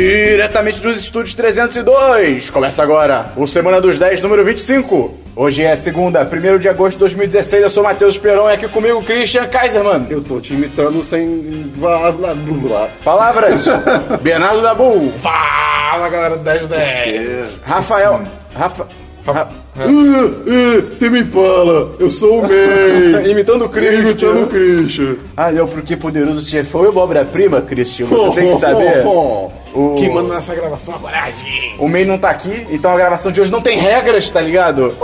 diretamente dos estúdios 302. Começa agora o Semana dos 10, número 25. Hoje é segunda, 1 de agosto de 2016. Eu sou Matheus Peron e aqui comigo Christian Kaiserman. Eu tô te imitando sem. vá- lá- blá, blá. Palavras: Bernardo Dabu, Fala galera do 10 10. Rafael. Rafa. Ra- Ah, ah, Te me fala, eu sou o Man. Imitando o Christian. Imitando o Christian. Ah, não, porque poderoso chefão e uma obra-prima, Christian. Você tem que saber. Pô, pô. O... Quem manda nessa gravação agora é a gente. O May não tá aqui, então a gravação de hoje não tem regras, tá ligado?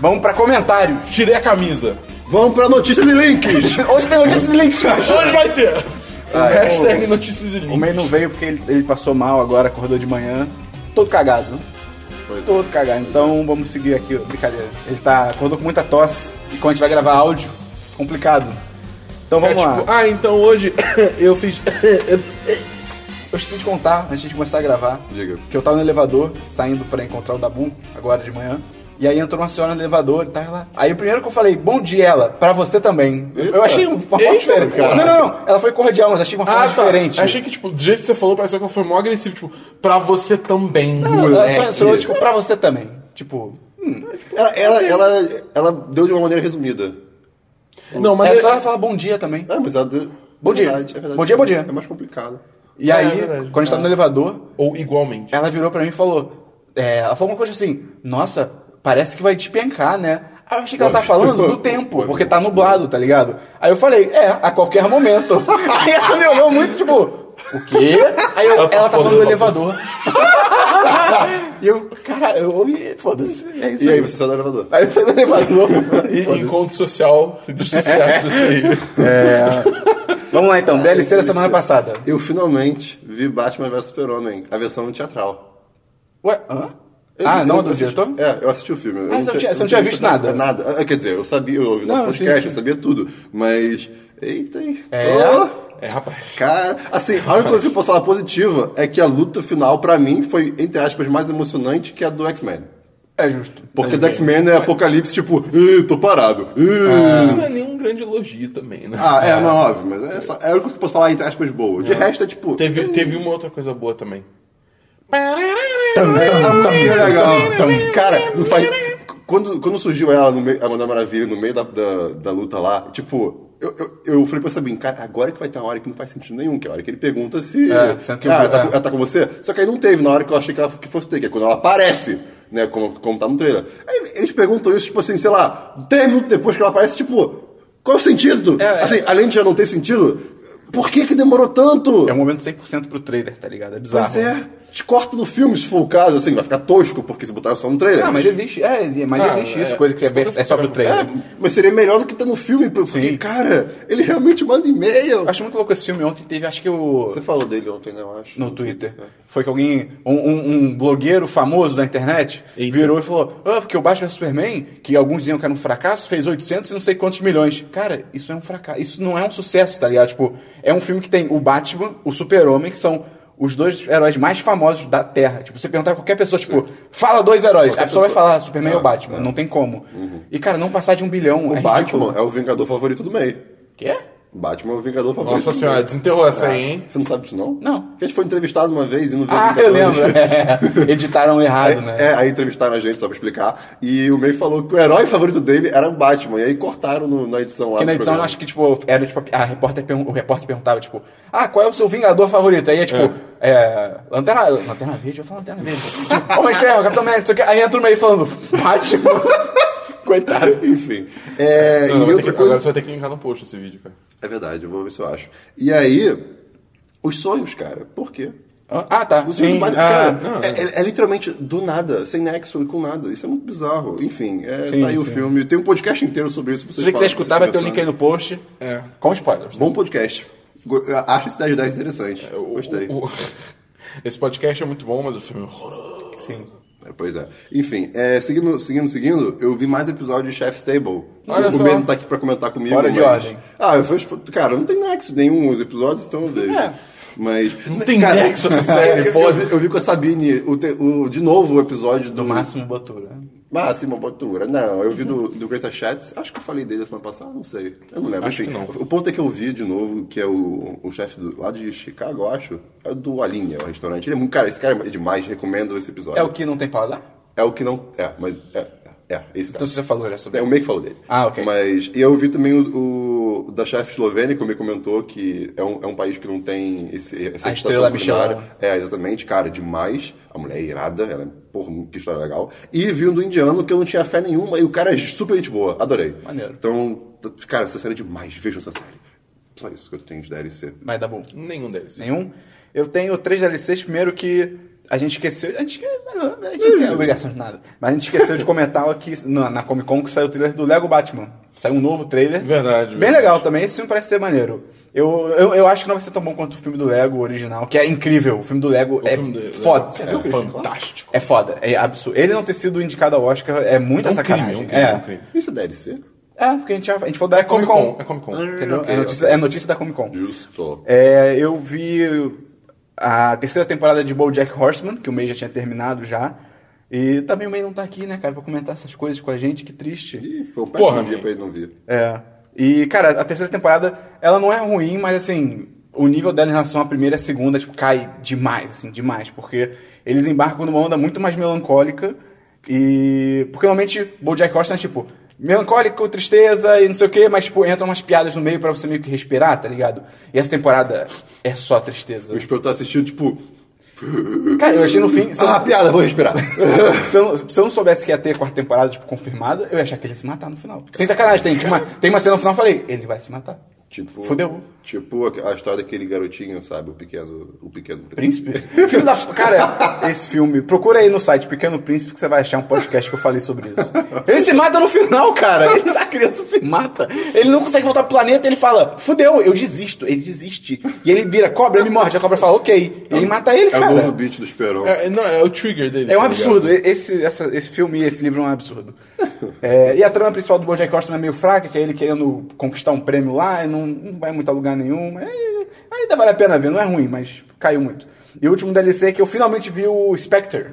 Vamos pra comentários. Tirei a camisa. Vamos pra notícias e links. Hoje tem notícias e links, Hoje vai ter. um Ah, Hashtag notícias e O May não veio porque ele, ele passou mal agora, acordou de manhã. Todo cagado. né? é. Todo cagado. Então vamos seguir aqui, brincadeira. Ele tá, acordou com muita tosse e quando a gente vai gravar áudio, complicado. Então É vamos tipo, lá. ah, então hoje eu fiz. Eu esqueci de contar, antes de começar a gravar, Diga. que eu tava no elevador, saindo pra encontrar o Dabu, agora de manhã. E aí entrou uma senhora no elevador e tava lá. Aí o primeiro que eu falei, bom dia ela, pra você também. Eu Eita. achei um- uma forma Eita, diferente. cara. Não, não, não. Ela foi cordial, mas achei uma forma Ah, tá. diferente. Achei que, tipo, do jeito que você falou, pareceu que ela foi mó agressiva. Tipo, pra você também. Não, ela moleque. só entrou, tipo, pra você também. Tipo, Ela, ela, ela, ela deu de uma maneira resumida. Não, mas. é só ela falar bom dia também. Ah, mas ela deu... Bom dia. É verdade, é verdade. Bom dia, bom dia. É mais complicado. E É, aí, é verdade. quando a gente tava no elevador, Ou igualmente. ela virou pra mim e falou. é, ela falou uma coisa assim, nossa, parece que vai despencar, né? Aí eu achei que ela tá falando do tempo, porque tá nublado, tá ligado? Aí eu falei, é, a qualquer momento. Aí ela me olhou muito, tipo, o quê? Aí eu, Ela ela tá tá falando do falando elevador. e eu, cara, eu ouvi, foda-se, é isso E aí, você saiu do elevador. Aí eu saí do elevador. E- Encontro social de sucesso, assim. Vamos lá então, DLC da semana passada. Eu finalmente vi Batman vs Super-Homem, a versão teatral. Ué, hã? Eu- Ah, eu- não, eu do assisti- diretor? É, eu assisti o filme. Eu você não tinha- eu você não tinha visto nada? Nada. Ah, Quer dizer, eu sabia, eu ouvi nosso Não, sim, podcast, sim. eu sabia tudo. Mas. Eita, hein? É. Ô! É, rapaz. Cara, assim, a única coisa que eu posso falar positiva é que a luta final, pra mim, foi, entre aspas, mais emocionante que a do X-Men. É justo. Porque do X-Men é apocalipse, tipo, "Ih, tô parado. Ih." Isso não é nenhum grande elogio também, né? Ah, é, não, óbvio, mas é, só, é a única coisa que eu posso falar, entre aspas, boa. De resto é tipo. Teve, teve uma outra coisa boa também. Que legal. Cara, não faz. Quando, quando surgiu ela, no meio, a Mulher Maravilha, no meio da, da, da luta lá, tipo, eu, eu, eu falei pra Sabine, cara, agora que vai ter uma hora que não faz sentido nenhum, que é a hora que ele pergunta se. É, será que eu- ah, ela, tá, é. com- ela tá com você? Só que aí não teve, na hora que eu achei que, ela, que fosse ter, que é quando ela aparece, né, como, como tá no trailer. Aí eles perguntam isso, tipo assim, sei lá, 10 minutos depois que ela aparece, tipo, qual o sentido? É, é. Assim, além de já não ter sentido, por que que demorou tanto? É um momento 100% pro trailer, tá ligado? É bizarro. Pois é. Corta do filme, se for o caso, assim, vai ficar tosco, porque se botaram só no trailer. Ah, mas existe, é, exi- mas Ah, existe isso, é, coisa que você vê, é só pro É, trailer. mas seria melhor do que tá no filme, porque, Sim. cara, ele realmente manda e-mail. Eu acho muito louco esse filme, ontem teve, acho que o... É. Você falou dele ontem, né, eu acho. No Twitter. Foi que alguém, um, um- um blogueiro famoso da internet, Eita. virou e falou, ah, porque o Batman vs Superman, que alguns diziam que era um fracasso, fez 800 e não sei quantos milhões. Cara, isso é um fracasso, isso não é um sucesso, tá ligado? Tipo, é um filme que tem o Batman, o Super-Homem, que são... Os dois heróis mais famosos da Terra. Tipo, você perguntar a qualquer pessoa, tipo, fala dois heróis. a pessoa vai falar Superman ou Batman. Não tem como. E, cara, não passar de um bilhão. Ah, é. Uhum. O é Batman ridículo. é o Vingador favorito do meio. Quê? Batman é o Vingador favorito Nossa do senhora, meio. desenterrou essa Ah. aí, hein? Você não sabe disso, não? Não. Porque a gente foi entrevistado uma vez e não viu Ah, eu Vingadores. lembro. É, editaram errado, né? É, aí entrevistaram a gente, só pra explicar. E o meio falou que o herói favorito dele era o Batman. E aí cortaram no- na edição lá. Porque na do edição eu programa. acho que, tipo, era tipo, a repórter, pergun- o repórter perguntava, tipo, ah, qual é o seu Vingador favorito? Aí é tipo, é. lanterna, lanterna verde, eu falo lanterna verde. tipo, Homem de Ferro, Capitão América, não sei o quê. aí entra o meio falando, Batman. Coitado. Enfim. É, Não, vai e ter outra que- coisa. Agora você vai ter que linkar no post esse vídeo, cara. É verdade, eu vou ver se eu acho. E aí, os sonhos, cara. Por quê? Ah, tá. Os sonhos Sim, do Batman, ah, cara, é, é- é literalmente do nada, sem nexo e com nada. Isso é muito bizarro. Enfim, é, Sim, tá aí o sim. filme. Tem um podcast inteiro sobre isso. se você quiser escutar, vai ter o link aí no post. É. Com spoilers. Bom podcast. Go- eu Acho esse 10 de 10 interessante. É, O- Gostei. o- o- Esse podcast é muito bom, mas o filme é horroroso. Sim. É, Pois é. Enfim, é, seguindo, seguindo, seguindo, eu vi mais episódio de Chef's Table. Olha o só. Ben tá aqui pra comentar comigo. Fora de mas- ordem. Ah, eu fui, cara, não tem nexo nenhum os episódios, então eu vejo. É. Mas. Não tem nexo essa série, eu, eu, pode. vi, eu vi com a Sabine o, te- o- de novo o episódio do. Do Máximo né? Botura. Máxima Botura. Não, eu vi do, do Greta Chats. Acho que eu falei dele a semana passada, não sei. Eu não lembro. Acho Enfim, que não. O ponto é que eu vi de novo, que é o, o chefe do, lá de Chicago, eu acho. É do Alinha, o restaurante. Ele é muito. Cara, esse cara é demais. Recomendo esse episódio. É o que não tem paladar? É o que não. É, mas. É, é, é esse cara. Então você já falou já sobre É o meio que falou dele. Ah, ok. Mas e eu vi também o, o da chefe eslovênia que me comentou que é um, é um país que não tem esse, essa A reputação estrela culinária. Michelin. É, exatamente, cara, demais. A mulher é irada, ela é, porra, que história legal. E vi um do indiano que eu não tinha fé nenhuma e o cara é super gente boa, adorei. Maneiro. Então, t- cara, essa série é demais, vejam essa série. Só isso que eu tenho de DLC. Vai dar bom. Nenhum deles. Nenhum. Eu tenho três DLCs. Primeiro que a gente esqueceu. A gente, a gente não tem obrigação de nada. Mas a gente esqueceu de comentar aqui na, na Comic Con que saiu o trailer do Lego Batman. Saiu um novo trailer. Verdade, Bem verdade. legal também. Esse filme parece ser maneiro. Eu, eu, eu acho que não vai ser tão bom quanto o filme do Lego original, que é incrível. O filme do Lego é filme do- foda. é fantástico. É foda. É absurdo. Ele não ter sido indicado ao Oscar é muita É um crime, é sacanagem. um crime, é é. um crime. Isso é DLC? É, porque a gente, já, a gente falou da Comic Comic Con. Con. É Comic Con. Entendeu? Ok, é, notícia, é notícia da Comic Con. Justo. É, eu vi a terceira temporada de BoJack Horseman, que o May já tinha terminado já. E também o May não tá aqui, né, cara, pra comentar essas coisas com a gente, que triste. Ih, foi um péssimo Porra, dia amigo. pra ele não vir. É. E, cara, a terceira temporada, ela não é ruim, mas assim, o nível dela em relação à primeira e à segunda, tipo, cai demais, assim, demais. Porque eles embarcam numa onda muito mais melancólica. E. Porque normalmente BoJack Horseman é tipo. Melancólico, tristeza e não sei o que, mas tipo, entram umas piadas no meio pra você meio que respirar, tá ligado? E essa temporada é só tristeza. O Espelho tá assistindo, tipo, Cara, eu achei no fim. Se eu, ah, piada, vou respirar. se eu não- se eu não soubesse que ia ter quarta temporada, tipo, confirmada, eu ia achar que ele ia se matar no final. Sem sacanagem, tem, tinha uma, tem uma cena no final eu falei, ele vai se matar. Tipo, Fudeu. Tipo a, a história daquele garotinho, sabe? O pequeno. O pequeno Príncipe? Filho da. Cara, esse filme. Procura aí no site Pequeno Príncipe que você vai achar um podcast que eu falei sobre isso. Ele se mata no final, cara. Ele- a criança se mata. Ele não consegue voltar pro planeta. Ele fala: Fudeu, eu desisto. Ele desiste. E ele vira cobra, ele morde. A cobra fala: Ok. E ele mata ele, É o novo cara. beat do Esperão. É, não, é o trigger dele. É um tá absurdo. ligado? Esse, essa- esse filme e esse livro é um absurdo. É, e a trama principal do Bojack Horseman é meio fraca, que é ele querendo conquistar um prêmio lá e não, não vai muito a lugar nenhum. É, ainda vale a pena ver, não é ruim, mas caiu muito. E o último DLC é que eu finalmente vi o Spectre,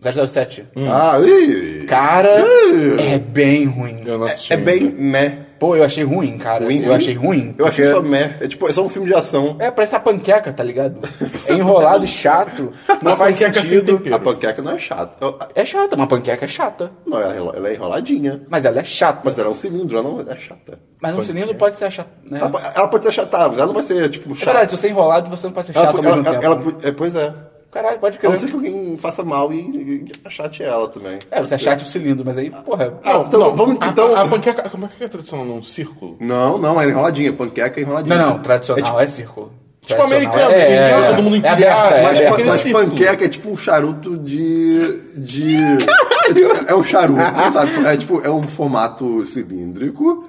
007. Ah, ih! Cara, é bem ruim. Eu não assisti. É bem meh. Pô, eu achei ruim, cara. Ruim, eu achei ruim. Eu achei porque- só meh. É tipo, é só um filme de ação. É, parece a panqueca, tá ligado? É enrolado e chato. Não faz panqueca sem sentido. tempero. A panqueca não é chata. Eu- a- É chata, uma panqueca é chata. Não, ela, é enro- ela é enroladinha. Mas ela é chata. Mas ela é um cilindro, ela não é chata. Mas um cilindro pode ser achado. Né? Ela, po- ela pode ser chatada, mas ela não vai ser, tipo, É chata. verdade, se você é enrolado, você não pode ser Ela, chato po- ao mesmo ela, tempo. né? ela po- é, pois é. Caralho, pode A crer. não ser que alguém faça mal e, e achate ela também. É, você é chato o cilindro, mas aí, porra. é Ah, então, vamos, A- então... A, panqueca, como é que é a tradução? Num círculo? Não, não, é enroladinha. Panqueca é tipo, um enroladinha. Não, não, tradicional é, círculo. Tipo Tradicional americano, é, que é, joga é, todo mundo é empilhado, aberta, é Mas, É, pan- aberta. aquele mas círculo. panqueca é tipo um charuto de. de. É um charuto, sabe? É tipo, é um formato cilíndrico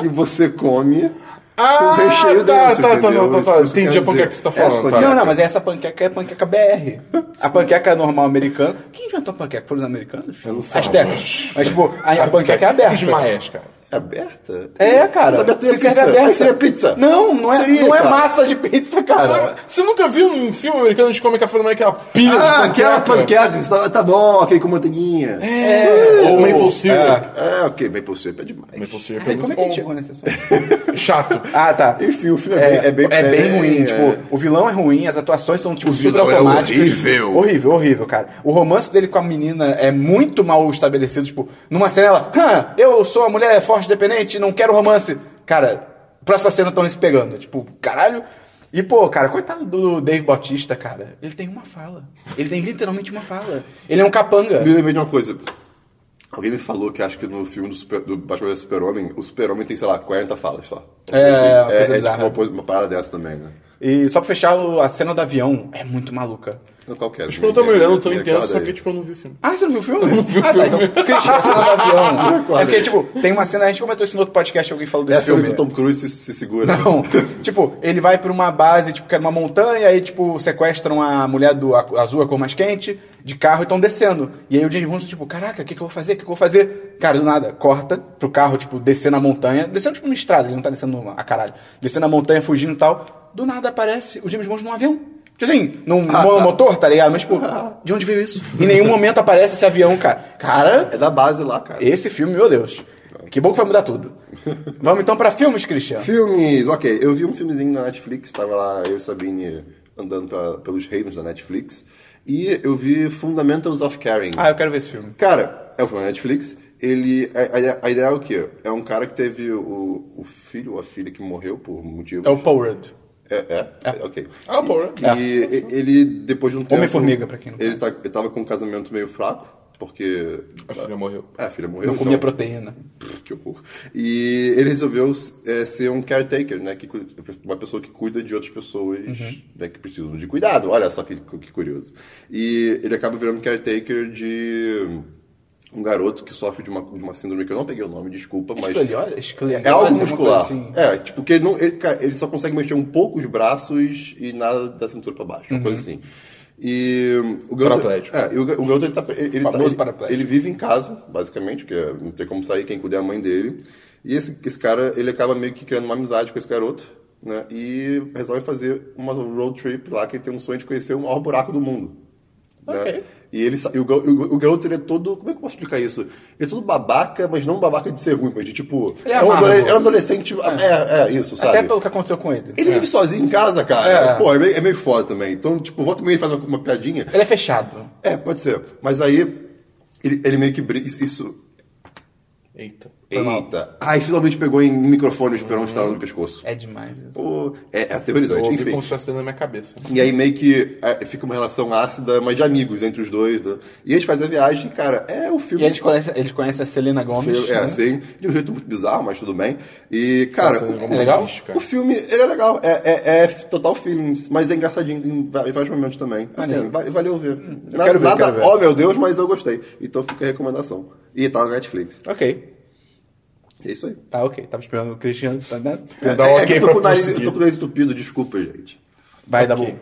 que você come com Ah, recheio tá, dentro. tá, tá, entendeu? tá, tá, Isso que eu entendi quero a dizer. panqueca que você tá Essa falando, tá. panqueca- Não, não, mas essa panqueca é panqueca BR. A panqueca normal americana. Quem inventou a panqueca? Foram os americanos? As tecas. Mas, tipo, a, a panqueca é Os aberta. maias, cara. É aberta? É, cara. Mas aberta Se seria serve pizza. aberta. Aí seria pizza. Não, não é, Seria, não é cara. massa de pizza, cara. Você nunca viu um filme americano de como é que a forma é aquela pilha de Ah, aquela panqueca, que tá, tá bom, aquele com manteiguinha. É, Ou Maple Syrup. ok, maple syrup é demais. Maple Syrup é Aí, Como muito é que a gente bom. chegou nesse assunto? Chato. Ah, tá. Enfim, o filme é, É, bem, é bem... é bem ruim, é- tipo, o vilão é ruim, as atuações são, tipo, O super vilão é automáticas. horrível. Horrível, horrível, cara. O romance dele com a menina é muito mal estabelecido, tipo, numa cena ela, Hã, eu sou a mulher forte, dependente, não quero romance. Cara, próxima cena estão se pegando, tipo, caralho. E, pô, cara, coitado do Dave Bautista, cara, ele tem uma fala. Ele tem literalmente uma fala. Ele é um capanga. Me lembrei de uma coisa. Alguém me falou que acho que no filme do, super, do Batman vs Super-Homem, o Super-Homem tem, sei lá, 40 falas só. É, uma coisa é, é bizarra. tipo uma, coisa- uma parada dessa também, né? E só pra fechar, o- a cena do avião é muito maluca. Não, Qual que era? é Tipo, eu tô me olhando tão Me intenso, acorda só aí. que, tipo, eu não vi o filme. Ah, você não viu o filme? Eu não vi o ah, Tá, filme. então, Christian, a cena do avião. Claro. é porque, tipo, tem uma cena, a gente comentou isso no outro podcast, alguém falou desse Essa é filme. onde o Tom Cruise se, se segura. Não, tipo, ele vai pra uma base, tipo, que era uma montanha, aí, tipo, sequestram a mulher do a- azul, a cor mais quente, de carro e estão descendo. E aí o James Bond, tipo, caraca, o que, que eu vou fazer? O que, que eu vou fazer? Cara, do nada, corta pro carro, tipo, descer na montanha, descendo, tipo, numa estrada, ele não tá descendo a caralho, descendo na montanha, fugindo e tal. Do nada aparece o James Bond num avião. Tipo Tipo assim, num monomotor, tá ligado? Mas, tipo, de onde veio isso? Em nenhum momento aparece esse avião, cara. Cara, É da base lá, cara. esse filme, meu Deus. Que bom que vai mudar tudo. Vamos então pra filmes, Cristiano. Filmes, ok. Eu vi um filmezinho na Netflix, tava lá eu e Sabine andando pra- pelos reinos da Netflix. E eu vi Fundamentals of Caring. Ah, eu quero ver esse filme. Cara, é um filme da Netflix. Ele, a, a- a ideia é o quê? É um cara que teve o, o filho ou a filha que morreu por um motivo. É o Paul Rudd. É, é, é, ok. Ah, pô. né? E e- ele, depois de um tempo. Homem-Formiga, pra quem não ele, tá, ele tava com um casamento meio fraco, porque. A filha morreu. É, a filha morreu. Não comia então- proteína. que horror. E ele resolveu é, ser um caretaker, né? Que, cuida- uma pessoa que cuida de outras pessoas né, que precisam de cuidado. Olha só que, que curioso. E ele acaba virando um caretaker de um garoto que sofre de uma, de uma síndrome que eu não peguei o nome, desculpa, mas. Escoliose? Escoliose? É algo uma coisa muscular. assim. É, tipo, que ele, não, ele, cara, ele só consegue mexer um pouco os braços e nada da cintura pra baixo, uma coisa Uhum. assim. E hum, o Gunther, Paraplégico. é, e o Gu- o Gunther, ele, tá, ele, ele, tá, Famoso ele, paraplégico. ele vive em casa, basicamente, porque não tem como sair, quem cuida é a mãe dele. E esse, esse cara, ele acaba meio que criando uma amizade com esse garoto, né? E resolve fazer uma road trip lá, que ele tem um sonho de conhecer o maior buraco do mundo. Né? Ok. E ele sa- e o, ga- o, o garoto ele é todo. Como é que eu posso explicar isso? Ele é todo babaca, mas não babaca de ser ruim, mas de tipo. Ele é é, um amargo. adole- é um adolescente. É, é, isso, sabe? Até pelo que aconteceu com ele. Ele vive sozinho em casa, cara. É. Pô, é meio, é meio foda também. Então, tipo, volta e meia ele faz uma, uma piadinha. Ele é fechado. É, pode ser. Mas aí, ele, ele meio que. bri- Isso. isso- Eita. Então, Eita. Ai, finalmente pegou em microfone, esperou um estalo no pescoço. É demais isso. Pô, é, é aterrorizante. Eu ouvi Enfim. como se fosse dentro da minha cabeça. E aí meio que é, fica uma relação ácida, mas de amigos entre os dois, né? E eles fazem a viagem, cara, é o filme. E eles conhecem, eles conhecem a Selena Gomes. é, né? assim, de um jeito muito bizarro, mas tudo bem. E, cara, Nossa, o, como é legal? existe, cara. o filme, ele é legal. É, é- é total feelings, mas é engraçadinho em va- em vários momentos também. Assim, Maneiro. Hum, va- valeu ver. Nada, quero ver, nada- quero ver. oh meu Deus, mas eu gostei. Então fica a recomendação. E tá na Netflix. Ok. É isso aí. Tá, ok. Tava esperando o Cristiano. Tá, né? Eu dar um É- é ok que eu tô pra com o nariz- eu prosseguir. tô com o nariz entupido, desculpa, gente. Vai, dar Ok. bom.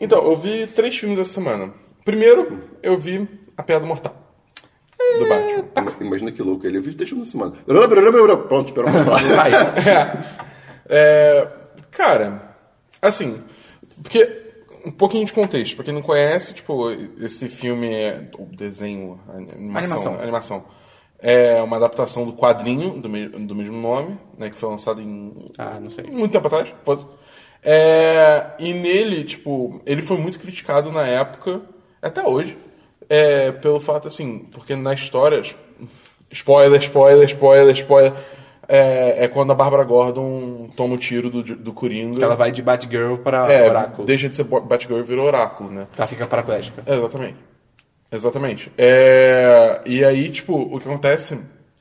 Então, eu vi três filmes essa semana. Primeiro, eu vi A Piada Mortal. Do Batman. Ima- Imagina que louco ele. é. Eu vi três filmes na semana. Pronto, espera um pra falar. Vai. É, cara, assim, porque um pouquinho de contexto, pra quem não conhece, tipo, esse filme é o desenho, a animação, Animação. a animação. É uma adaptação do quadrinho do, me- do mesmo nome, né, que foi lançado em Ah, não sei. muito tempo atrás, foda-se. É, e nele, tipo, ele foi muito criticado na época, até hoje, é, pelo fato, assim, porque na história, es- spoiler, spoiler, spoiler, spoiler, é, é quando a Bárbara Gordon toma o tiro do, do Coringa. Ela vai de Batgirl pra é, Oráculo. deixa de ser Bo- Batgirl e vira Oráculo, né? Ela fica paraplégica. É, Exatamente. Exatamente. É, E aí, tipo, o que acontece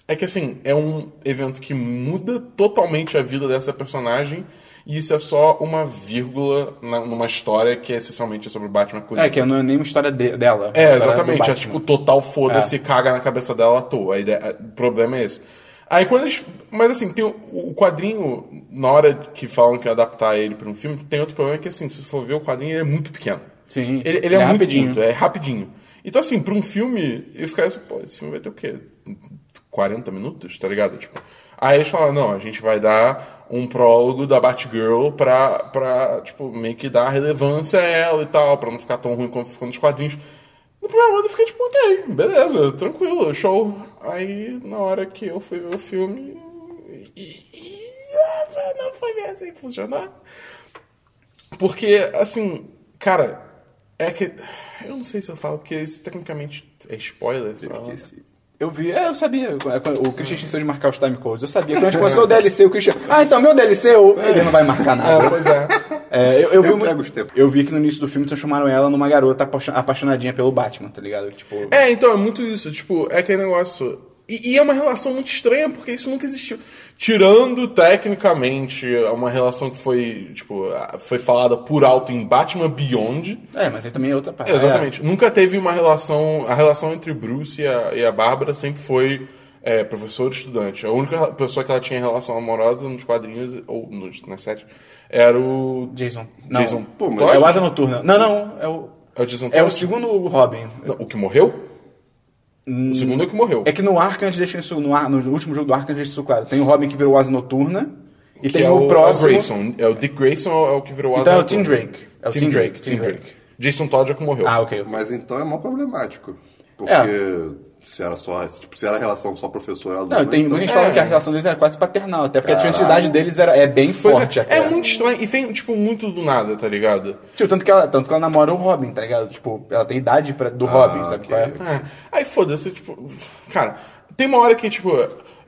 é que, assim, é um evento que muda totalmente a vida dessa personagem e isso é só uma vírgula na- numa história que é essencialmente sobre o Batman e Coringa. É, que não é nem uma história de- dela. É, uma história do exatamente. É Batman. tipo, total foda-se, caga na cabeça dela à toa. A ideia- a- o problema é esse. Aí quando eles. Mas assim, tem o, o quadrinho, na hora que falam que ia adaptar ele pra um filme, tem outro problema que assim, se você for ver o quadrinho, ele é muito pequeno. Sim. Ele, ele é, muito rapidinho. é rapidinho. Então, assim, pra um filme, eu ficava assim, pô, esse filme vai ter o quê? 40 minutos, tá ligado? Tipo, aí eles falaram, não, a gente vai dar um prólogo da Batgirl pra, pra tipo, meio que dar relevância a ela e tal, pra não ficar tão ruim quanto ficou nos quadrinhos. No primeiro momento eu fiquei tipo, ok, beleza, tranquilo, show. Aí, na hora que eu fui ver o filme, e- e- não foi bem assim que funcionou. Porque, assim, cara, é que. Eu não sei se eu falo, porque isso tecnicamente é spoiler. sei lá. Esqueci. Eu vi, é, eu sabia. O Christian esqueceu de marcar os time codes. Eu sabia. Quando a gente começou o DLC, o Christian. Ah, então meu DLC, eu... ele não vai marcar nada. É, pois é. É, eu, eu vi Eu muito- pego os tempos. eu vi que no início do filme transformaram ela numa garota apaixo- apaixonadinha pelo Batman, tá ligado? Tipo, É, então, é muito isso. Tipo, é aquele negócio. E, e é uma relação muito estranha, porque isso nunca existiu. Tirando, tecnicamente, é uma relação que foi, tipo, a- foi falada por alto em Batman Beyond. é, mas aí também é outra parte. Exatamente. Nunca teve uma relação. A relação entre o Bruce e a, e a Bárbara sempre foi é, professor e estudante. A única pessoa que ela tinha relação amorosa nos quadrinhos, ou nos, nas séries, era o. Jason. Não. Jason. Pô, mas- É Todd? o Asa Noturna. Não, não, é o. É o Jason É o Todd? segundo Robin. Não, o que morreu? O segundo é o que morreu. É que no Arkham eles deixam isso. No, Ar- no último jogo do Arkham eles deixam isso claro. Tem o Robin que virou o Asa Noturna. E Que tem é o, próximo. É o Grayson. É o Dick Grayson é o que virou o então é o Adam Tim Noturno. Drake. É o Tim Drake. Tim Tim Drake. Jason Todd já que morreu. Ah, ok. Mas então é mal problemático. Porque É. se era só. Tipo, se era a relação só professor-aluno. Não, tem então- muita gente falando É. que a relação deles era quase paternal, até porque a diferença de idade deles era, é bem Pois é, forte é, até. muito estranho. E tem, tipo, muito do nada, tá ligado? Tipo, tanto que, ela, tanto que ela namora o Robin, tá ligado? Tipo, ela tem idade pra, Ah, do Robin, sabe ok. qual é? É. Aí foda-se, tipo. Cara, tem uma hora que, tipo,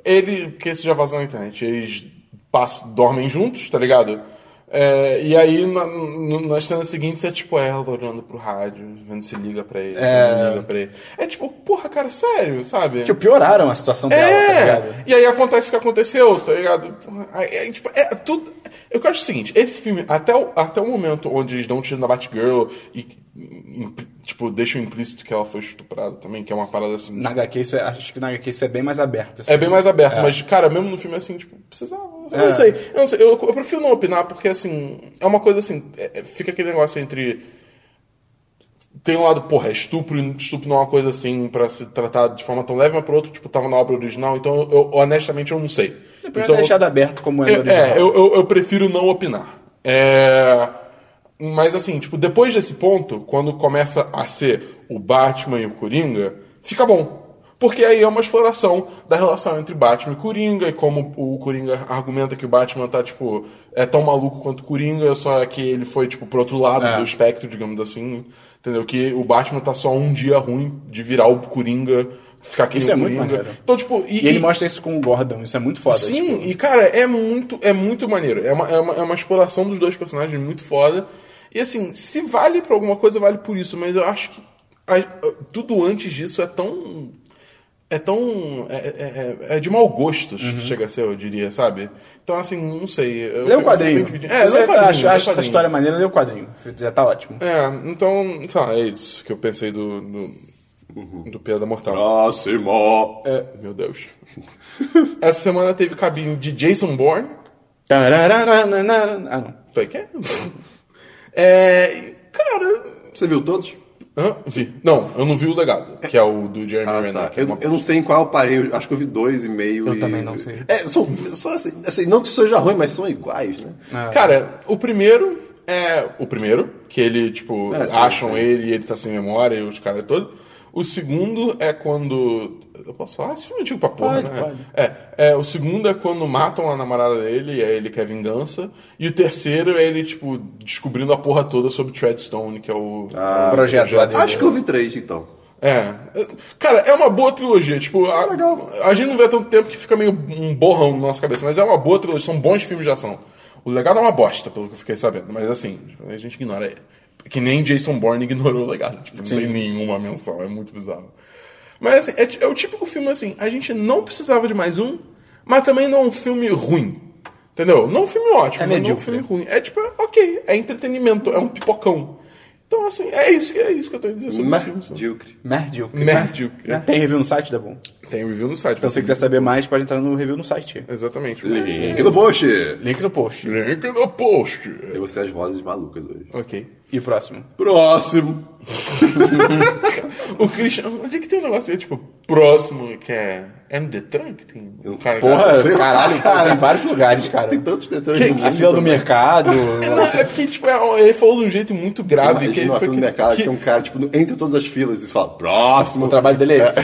ele. Porque isso já vazou na internet. Eles passam, dormem juntos, tá ligado? É, e aí, na, no- nas cenas seguintes, é tipo ela olhando pro rádio, vendo se liga pra ele, não liga pra ele. É tipo, porra, cara, sério, sabe? Tipo, pioraram a situação dela, tá É! ligado? e aí acontece o que aconteceu, tá ligado? Porra, aí, aí, tipo, é tudo. Eu acho o seguinte: esse filme, até o, até o momento onde eles dão um tiro na Batgirl e, impli- tipo, deixam implícito que ela foi estuprada também, que é uma parada assim. Na HQ, isso é, acho que na HQ isso é bem mais aberto. assim. É bem mais aberto, mas, cara, mesmo no filme assim, tipo, precisava. Eu não É. sei. Eu, não sei eu, eu prefiro não opinar, porque assim, é uma coisa assim, é- é- fica aquele negócio entre. Tem um lado, porra, é estupro, e estupro não é uma coisa assim pra se tratar de forma tão leve, mas pro outro, tipo, tava na obra original, então eu- eu, honestamente eu não sei. É melhor ter Então, deixado aberto como é no eu, original. é, eu, eu, eu prefiro não opinar. É, mas assim, tipo, depois desse ponto, quando começa a ser o Batman e o Coringa, fica bom. Porque aí é uma exploração da relação entre Batman e Coringa, e como o Coringa argumenta que o Batman tá, tipo, é tão maluco quanto o Coringa, só que ele foi, tipo, pro outro lado É. do espectro, digamos assim. Entendeu? Que o Batman tá só um dia ruim de virar o Coringa, ficar que Isso nem é o muito Coringa. maneiro. então, tipo, e- E ele e- mostra isso com o Gordon, isso é muito foda. tipo. Sim, e cara, é muito, é muito maneiro. É uma, é, uma, é uma exploração dos dois personagens muito foda. E assim, se vale pra alguma coisa, vale por isso, mas eu acho que a- a- tudo antes disso é tão. É tão. É, é- é- é de mau gosto, Uhum. chega a ser, eu diria, sabe? Então, assim, não sei. eu Lê fico- o quadrinho. fico bem dividido. Se É, lê você o quadrinho. acha, lê o acha essa quadrinho. história maneira, lê o quadrinho. Já tá ótimo. É, então, sei lá, é isso que eu pensei do. do... Uhum. Do Piada Mortal. Próximo! É, meu Deus. Essa semana teve cabine de Jason Bourne, Tararararanaran. Ah, não. Foi que é? É, Cara. Você viu todos? hã? Vi. Não, eu não vi o legado, que é o do Jeremy Ah, Renner. tá. que é Eu, uma- eu não sei em qual eu parei, eu acho que eu vi dois e meio. Eu e- também não sei. É, são, são assim, assim, não que seja ruim, mas são iguais, né? Cara, o primeiro é o primeiro, que ele, tipo, É, sim, acham sim. ele e ele tá sem memória e os caras todos. O segundo é quando. Eu posso falar? Esse filme é antigo pra porra, Pode, né? pode. É, é, o segundo é quando matam a namorada dele e aí ele quer vingança. E o terceiro é ele, tipo, descobrindo a porra toda sobre Treadstone, que é o. Ah, O projeto lá dele. Acho que eu vi três, então. É. Cara, é uma boa trilogia. Tipo, É a, a gente não vê há tanto tempo que fica meio um borrão na nossa cabeça, mas é uma boa trilogia, são bons filmes de ação. O legado é uma bosta, pelo que eu fiquei sabendo, mas assim, a gente ignora. É Que nem Jason Bourne ignorou o legado. Tipo, não tem nenhuma menção, é muito bizarro. Mas assim, é, ti- é o típico filme assim, a gente não precisava de mais um, mas também não é um filme ruim. Entendeu? Não um filme ótimo, É mas não um medíocre. filme ruim. É tipo, é ok, é entretenimento, é um pipocão. Então, assim, é isso, que- é isso que eu tô dizendo sobre os filmes. Medíocre. Merdilk. Merdilk. Né? Tem review no site, da Bom. Tem um review no site. Então, se você quiser saber mais, pode entrar no review no site. Exatamente. Link no post! Link no post. Link no post. Eu vou ser as vozes malucas hoje. Ok. E o próximo? Próximo! O Christian... Onde é que tem um negócio aí, tipo, próximo, que é... É no Detran que tem? Um cara que- Porra, é. sei lá, caralho, cara. cara. em vários lugares, cara. Tem um tantos detalhes Que- a fila do mercado. Não, é porque, tipo, é- ele falou de um jeito muito grave. que ele Imagina uma foi fila do que- mercado que que- tem um cara, tipo, no- entre todas as filas e fala, próximo! o trabalho dele é esse.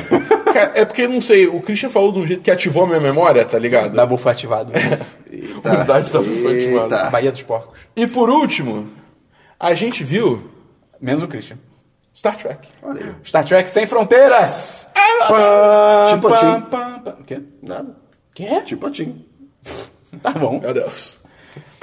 Cara, é porque, não sei, o Christian falou de um jeito que ativou a minha memória, tá ligado? Dabu foi ativado. é Eita, Humildade tá da fila de eita. mercado. Bahia dos Porcos. E por último, a gente viu Menos o Christian. Star Trek. Olha aí. É, Star Trek Sem Fronteiras! Pam, Tipo pam, assim. pam, pam. O quê? Nada. Quê? Tipo atim. Tá bom. Meu Deus.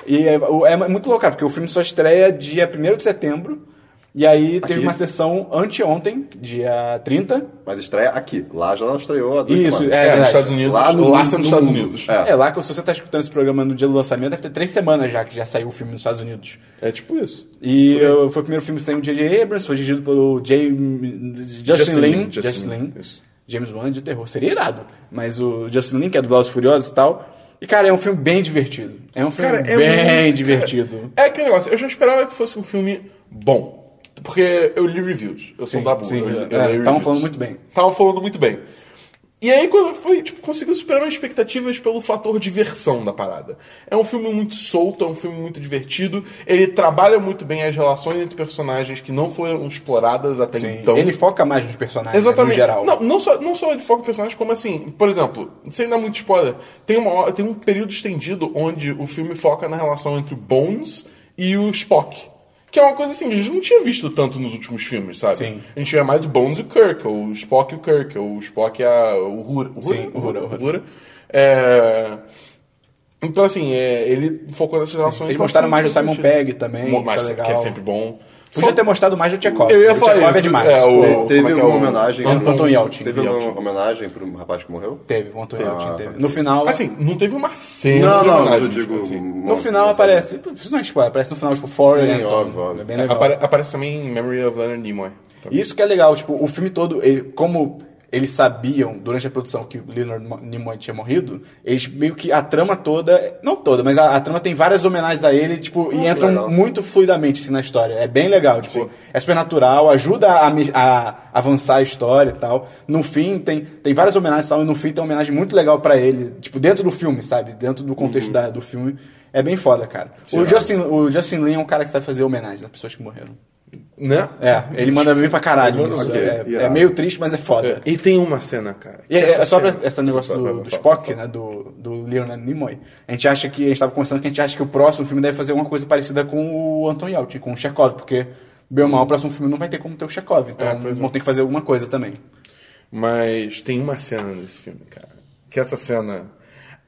E é, o- é muito louco, cara, porque o filme só estreia dia 1 de setembro. E aí teve Aqui. uma sessão anteontem, dia 30. Mas estreia aqui. Lá já estreou há duas Isso, semanas. É É, verdade. nos Estados Unidos. Lá Lá, no- são no nos Estados mundo. Unidos. É. É. lá que se você tá escutando esse programa no dia do lançamento, deve ter três semanas já que já saiu o filme nos Estados Unidos. é tipo isso. E eu- foi o primeiro filme sem o J.J. Abrams, foi dirigido pelo James, Justin, Justin Lin. Lin, Justin Justin Lin, Lin. isso. James Wan de terror. Seria irado. Mas o Justin Lin, que é do Velozes e Furiosos e tal. E, cara, é um filme bem divertido. É um filme Cara, é bem muito- divertido. É aquele negócio, eu já esperava que fosse um filme bom. Porque eu li reviews, eu sou Sim, da boa. sim, eu, é, eu li estavam reviews. falando muito bem. Estavam falando muito bem. E aí quando foi, tipo, conseguiu superar minhas expectativas pelo fator diversão da parada. É um filme muito solto, é um filme muito divertido, ele trabalha muito bem as relações entre personagens que não foram exploradas até então. Ele foca mais nos personagens né, Exatamente. no geral. Não, não só, não só ele foca o personagem, como assim, por exemplo, sem dar muito spoiler, tem, uma, hora- tem um período estendido onde o filme foca na relação entre o Bones e o Spock. Que é uma coisa assim, que a gente não tinha visto tanto nos últimos filmes, sabe? Sim. A gente via mais o Bones e o Kirk, ou o Spock e o Kirk, ou o Spock e a, o Hura. o Hura? Sim, o Hura, o Hura. É, Então, assim, é, ele focou nessas relações. Eles então, mostraram foi mais do Simon divertido. Pegg também, Mo- isso mas é legal. que é sempre bom. Podia Só- ter mostrado mais do Tchekov. Eu ia o falar Tchekov é isso, demais. é, o- Pô, como teve é que é alguma o- homenagem? Anton algum- Yelchin. Teve Yelchin. alguma homenagem pro rapaz que morreu? Teve, o Antônio Yelchin Ah, teve. No final... Tá. Assim, não teve uma cena. Não, de não, homenagem, eu digo. tipo assim. No final aparece, isso não é spoiler, aparece no final, tipo, Sim, Foreign óbvio, óbvio. É bem legal. Apare- aparece também Memory of Leonard Nimoy. Isso que é legal, tipo, o filme todo, ele- como eles sabiam durante a produção que o Leonard Mo- Nimoy tinha morrido, eles meio que a trama toda, não toda, mas a, a trama tem várias homenagens a ele, tipo, e entram legal. muito fluidamente assim, na história. É bem legal, tipo, é super natural, ajuda a, me- a avançar a história e tal. No fim tem, tem várias homenagens e tal, e no fim tem uma homenagem muito legal pra ele, tipo, dentro do filme, sabe? Dentro do contexto da- do filme. É bem foda, cara. O Justin, o Justin Lin é um cara que sabe fazer homenagens às pessoas que morreram. Né? É, ele manda vir pra caralho. Isso. ok, é, irado. é meio triste, mas é foda. E tem uma cena, cara. E é, é só pra cena- esse negócio Vai, do, vai, do vai. Spock, né? Do, do Leonard Nimoy. A gente acha que. A gente tava conversando que a gente acha que o próximo filme deve fazer alguma coisa parecida com o Anton Yelchin, com o Chekhov, porque, bem ou mal, o próximo filme não vai ter como ter o Chekhov. Então É, pois é. vão ter que fazer alguma coisa também. Mas tem uma cena nesse filme, cara. Que essa cena.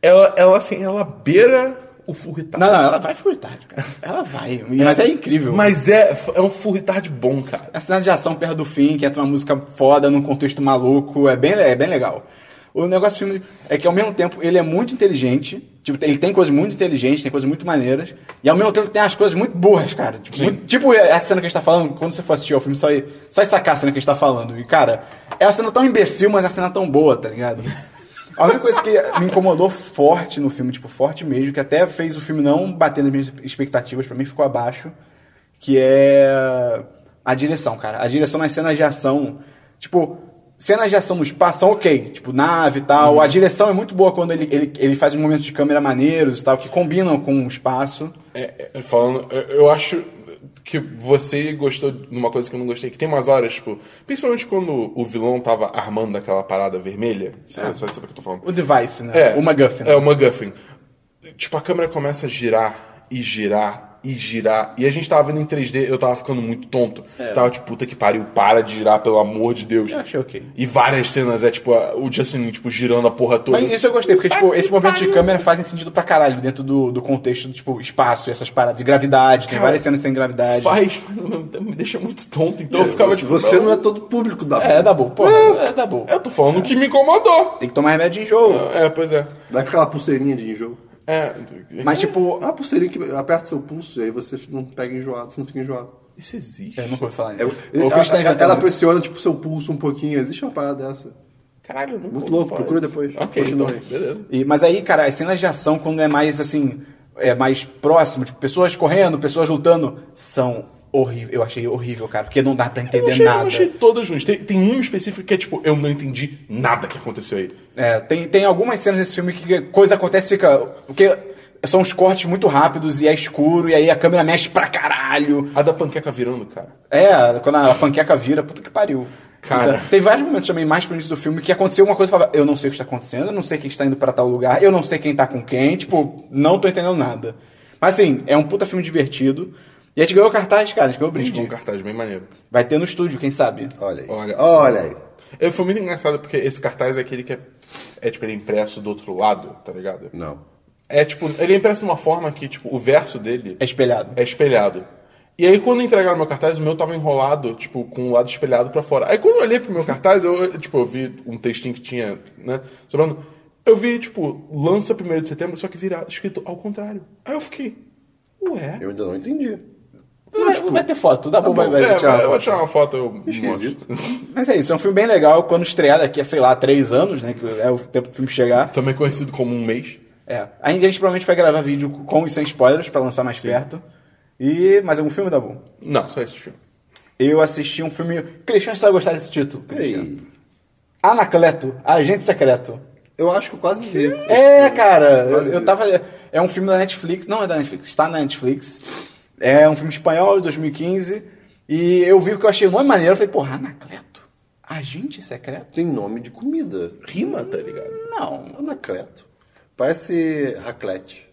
Ela, ela assim, ela beira o furritado. Não, não, ela vai furtar, cara. Ela vai. Mas é incrível. Mas é, é um furritado bom, cara. É a cidade de ação perto do fim, que entra uma música foda num contexto maluco, é bem, é bem legal. O negócio do filme é que, ao mesmo tempo, ele é muito inteligente, tipo, tem- ele tem coisas muito inteligentes, tem coisas muito maneiras, e ao mesmo tempo tem as coisas muito burras, cara. Tipo, muito- tipo essa cena que a gente tá falando, quando você for assistir ao filme, só, ir- só ir sacar a cena que a gente tá falando. E, cara, é uma cena tão imbecil, mas é uma cena tão boa, tá ligado? A única coisa que me incomodou forte no filme, tipo, forte mesmo, que até fez o filme não bater nas minhas expectativas, pra mim ficou abaixo, que é a direção, cara. A direção nas cenas de ação, tipo, cenas de ação no espaço são ok, tipo, nave e tal. A direção é muito boa quando ele, ele, ele faz um momento de câmera maneiros e tal, que combinam com o espaço. É, é, falando, eu, eu acho que você gostou de uma coisa que eu não gostei, que tem umas horas, tipo, principalmente quando o vilão tava armando aquela parada vermelha. Sabe, É. sabe, sabe o que eu tô falando? O device, né? É. O MacGuffin. É, o MacGuffin. Tipo, a câmera começa a girar e girar e girar. E a gente tava vendo em 3D, eu tava ficando muito tonto. É. Tava tipo, puta que pariu, para de girar, pelo amor de Deus. Eu achei ok. E várias cenas, é tipo, a- o Justin, tipo, girando a porra toda. Mas isso eu gostei, porque, tipo, esse movimento de câmera fazem sentido pra caralho dentro do, do contexto, tipo, espaço, essas paradas de gravidade, tem Cara, várias cenas sem gravidade. Faz, mas ao mesmo tempo me deixa muito tonto. Então eu ficava Você, tipo. você não é todo público da É, dá bom, pô, é, dá bom. Eu tô falando o que me incomodou. Tem que tomar remédio de enjoo. É, pois é. Dá aquela pulseirinha de enjoo. É. Mas, tipo, Ah, a pulseirinha que aperta seu pulso e aí você não pega enjoado, você não fica enjoado. Isso existe. eu não vou falar É, nisso. O Chris tá ela- inventando ela isso. pressiona tipo seu pulso um pouquinho. Existe uma parada dessa. Caralho, eu não Muito louco, procura depois. Ok, então, Continua aí. beleza. E- mas aí, cara, as cenas de ação, quando é mais assim, é mais próximo, tipo, pessoas correndo, pessoas lutando, são horrível. Eu achei horrível, cara, porque não dá pra Eu entender achei, eu nada. achei todas ruins. Tem, tem um específico que é tipo, eu não entendi nada que aconteceu aí. É, tem, tem algumas cenas nesse filme que coisa acontece e fica. Porque são uns cortes muito rápidos e é escuro, e aí a câmera mexe pra caralho. A da panqueca virando, cara. É, quando a panqueca vira, puta que pariu. Então, Cara. tem vários momentos também mais pro início do filme que aconteceu uma coisa e falava, eu não sei o que está acontecendo, eu não sei quem está indo pra tal lugar, eu não sei quem tá com quem, tipo, não tô entendendo nada. Mas assim, é um puta filme divertido. E a gente ganhou cartaz, cara, a gente ganhou Eles tinham um brinde. cartaz bem maneiro. Vai ter no estúdio, quem sabe? Olha aí. Olha Olha, aí. só. assim. É, Foi muito engraçado porque esse cartaz é aquele que é, é tipo, ele é impresso do outro lado, tá ligado? Não. É tipo, ele é impresso de uma forma que, tipo, o verso dele É espelhado. é espelhado. E aí, quando entregaram meu cartaz, o meu tava enrolado, tipo, com o lado espelhado pra fora. Aí, quando eu olhei pro meu cartaz, eu, eu, tipo, eu vi um textinho que tinha, né, sobrando. Eu vi, tipo, lança 1 de setembro, só que virado, escrito ao contrário. Aí eu fiquei, ué. Eu ainda não entendi. Vai, vai ter foto, dá bom, vai, vai tipo, É, tirar uma eu vou foto. tirar uma foto, eu Esquisito. mostro. Mas é isso, é um filme bem legal. Quando estrear daqui a, sei lá, três anos, né? Que é o tempo do filme chegar. Também conhecido como um mês. É. A gente, a gente provavelmente vai gravar vídeo com e sem spoilers pra lançar mais perto. E mais algum filme, dá bom? Não, só esse filme. Eu assisti um filme. Cristiano você vai gostar desse título. Christian. Ei. Anacleto, Agente Secreto. Eu acho que eu quase vi. É, cara, eu, Quase eu vi. tava. É um filme da Netflix, não é da Netflix, está na Netflix. É um filme espanhol de 2015. E eu vi porque eu achei o nome maneiro. Eu falei, porra, Anacleto? Agente secreto? Tem nome de comida. Rima, tá ligado? Não. Anacleto. Parece raclette.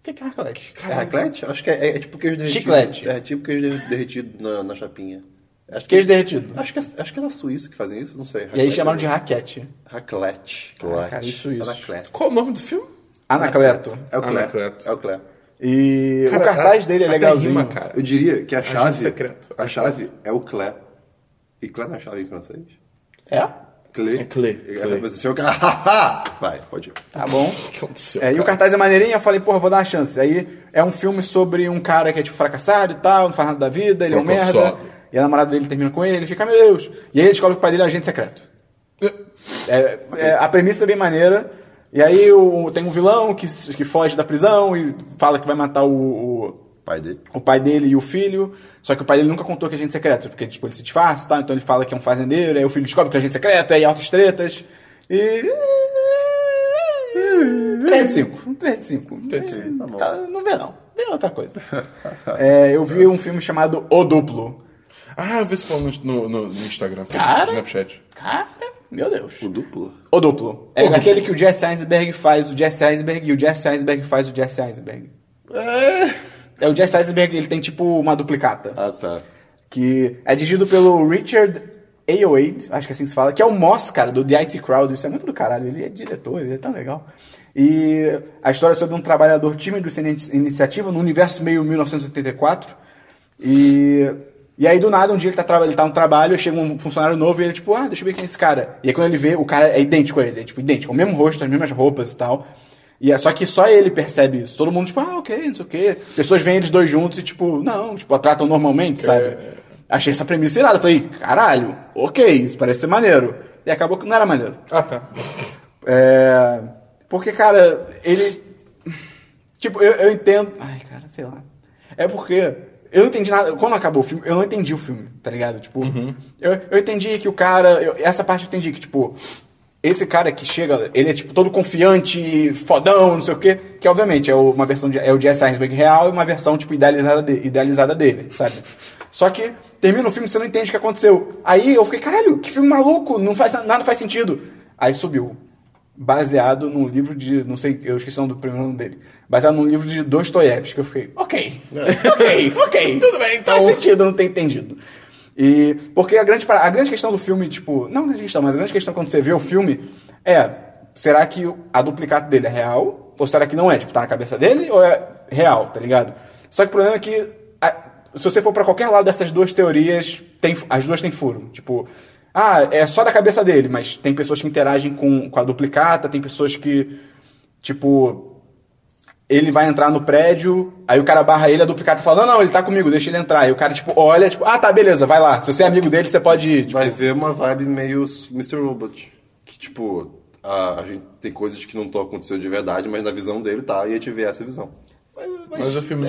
O que que é Anacleto? É raclette? Acho que é, é tipo queijo derretido. Chiclete. É tipo queijo der- derretido na, na chapinha. Acho Queijo derretido. Acho que, é- acho que é na Suíça que fazem isso, não sei. E aí chamaram de raquete. Raclette. cara, isso, isso. Anacleto. Qual o nome do filme? Anacleto. É o Clé. Anacleto. É o Clé. E Cara, o cartaz dele é até legalzinho. rima, cara. Eu diria que a chave. secreto. A chave é o Clé. E Clé não é chave em francês? É? Clé. É clé, clé. Mas se eu. Vai, pode ir. Tá bom. O que aconteceu? É, e o cara? cartaz é maneirinho, eu falei, porra, vou dar uma chance. Aí é um filme sobre um cara que é tipo fracassado e tal, não faz nada da vida, ele é um merda. Fracassado. E a namorada dele termina com ele, ele fica, "Ah, meu Deus. E aí ele descobre que o pai dele é agente secreto. É, é, a premissa é bem maneira. E aí o- tem um vilão que, s- que foge da prisão e fala que vai matar o- o, Pai dele. o pai dele e o filho. Só que o pai dele nunca contou que é agente secreto, porque tipo, ele se disfarça, tá? então ele fala que é um fazendeiro, aí o filho descobre que é agente secreto, aí altas tretas. E. 3 de 5. 3 de 5. Três de cinco, tá bom. Não vê não. Vê outra coisa. É, eu vi um filme chamado O Duplo. Ah, eu vi esse falando no, no, no Instagram. Cara. No Snapchat. Cara, meu Deus. O duplo. O Duplo. É aquele que o Jesse Eisenberg faz o Jesse Eisenberg e o Jesse Eisenberg faz o Jesse Eisenberg. É o Jesse Eisenberg, ele tem tipo uma duplicata. Ah, tá. que é dirigido pelo Richard Ayoade, acho que assim se fala, que é o Moss, cara, do The IT Crowd, isso é muito do caralho, ele é diretor, ele é tão legal. E a história é sobre um trabalhador tímido sem ini- iniciativa no universo meio 1984, e... E aí, do nada, um dia ele tá, traba- ele tá no trabalho, chega um funcionário novo e ele, tipo, ah, deixa eu ver quem é esse cara. E aí, quando ele vê, o cara é idêntico a ele, é, tipo, idêntico, o mesmo rosto, as mesmas roupas e tal. E é, só que só ele percebe isso. Todo mundo, tipo, ah, ok, não sei o quê. Pessoas veem eles dois juntos e, tipo, não, tipo, a tratam normalmente, sabe? Achei essa premissa irada. Falei, caralho, ok, isso parece ser maneiro. E acabou que não era maneiro. Ah, tá. É... Porque, cara, ele... Tipo, eu, eu entendo... Ai, cara, sei lá. É porque eu não entendi nada... Quando acabou o filme, eu não entendi o filme, tá ligado? Tipo, eu, eu entendi que o cara... eu- essa parte eu entendi que, tipo... Esse cara que chega, ele é, tipo, todo confiante, fodão, não sei o quê. Que, obviamente, é o- uma versão... De, é o Jesse Eisenberg real e uma versão, tipo, idealizada, de- idealizada dele, sabe? Só que termina o filme e você não entende o que aconteceu. Aí eu fiquei, caralho, que filme maluco, não faz, nada faz sentido. Aí subiu baseado num livro de, não sei, eu esqueci o nome do primeiro nome dele, baseado num livro de Dostoiévski, que eu fiquei, ok, ok, ok, É. tudo bem, então. faz sentido eu não ter entendido. E, porque a grande, para- a grande questão do filme, tipo, não a grande questão, mas a grande questão quando você vê o filme é, será que o- a duplicata dele é real? Ou será que não é? Tipo, tá na cabeça dele ou é real, tá ligado? Só que o problema é que a- se você for pra qualquer lado dessas duas teorias, tem, as duas têm furo. Tipo, ah, é só da cabeça dele, mas tem pessoas que interagem com, com a duplicata, tem pessoas que, tipo, ele vai entrar no prédio, aí o cara barra ele, a duplicata fala, não, não, ele tá comigo, deixa ele entrar. Aí o cara, tipo, olha, tipo, ah, tá, beleza, vai lá. Se você é amigo dele, você pode ir. Tipo, Vai ver uma vibe meio Mr. Robot. Que, tipo, a, a gente tem coisas que não estão acontecendo de verdade, mas na visão dele tá, e a gente vê essa visão. Mas o filme...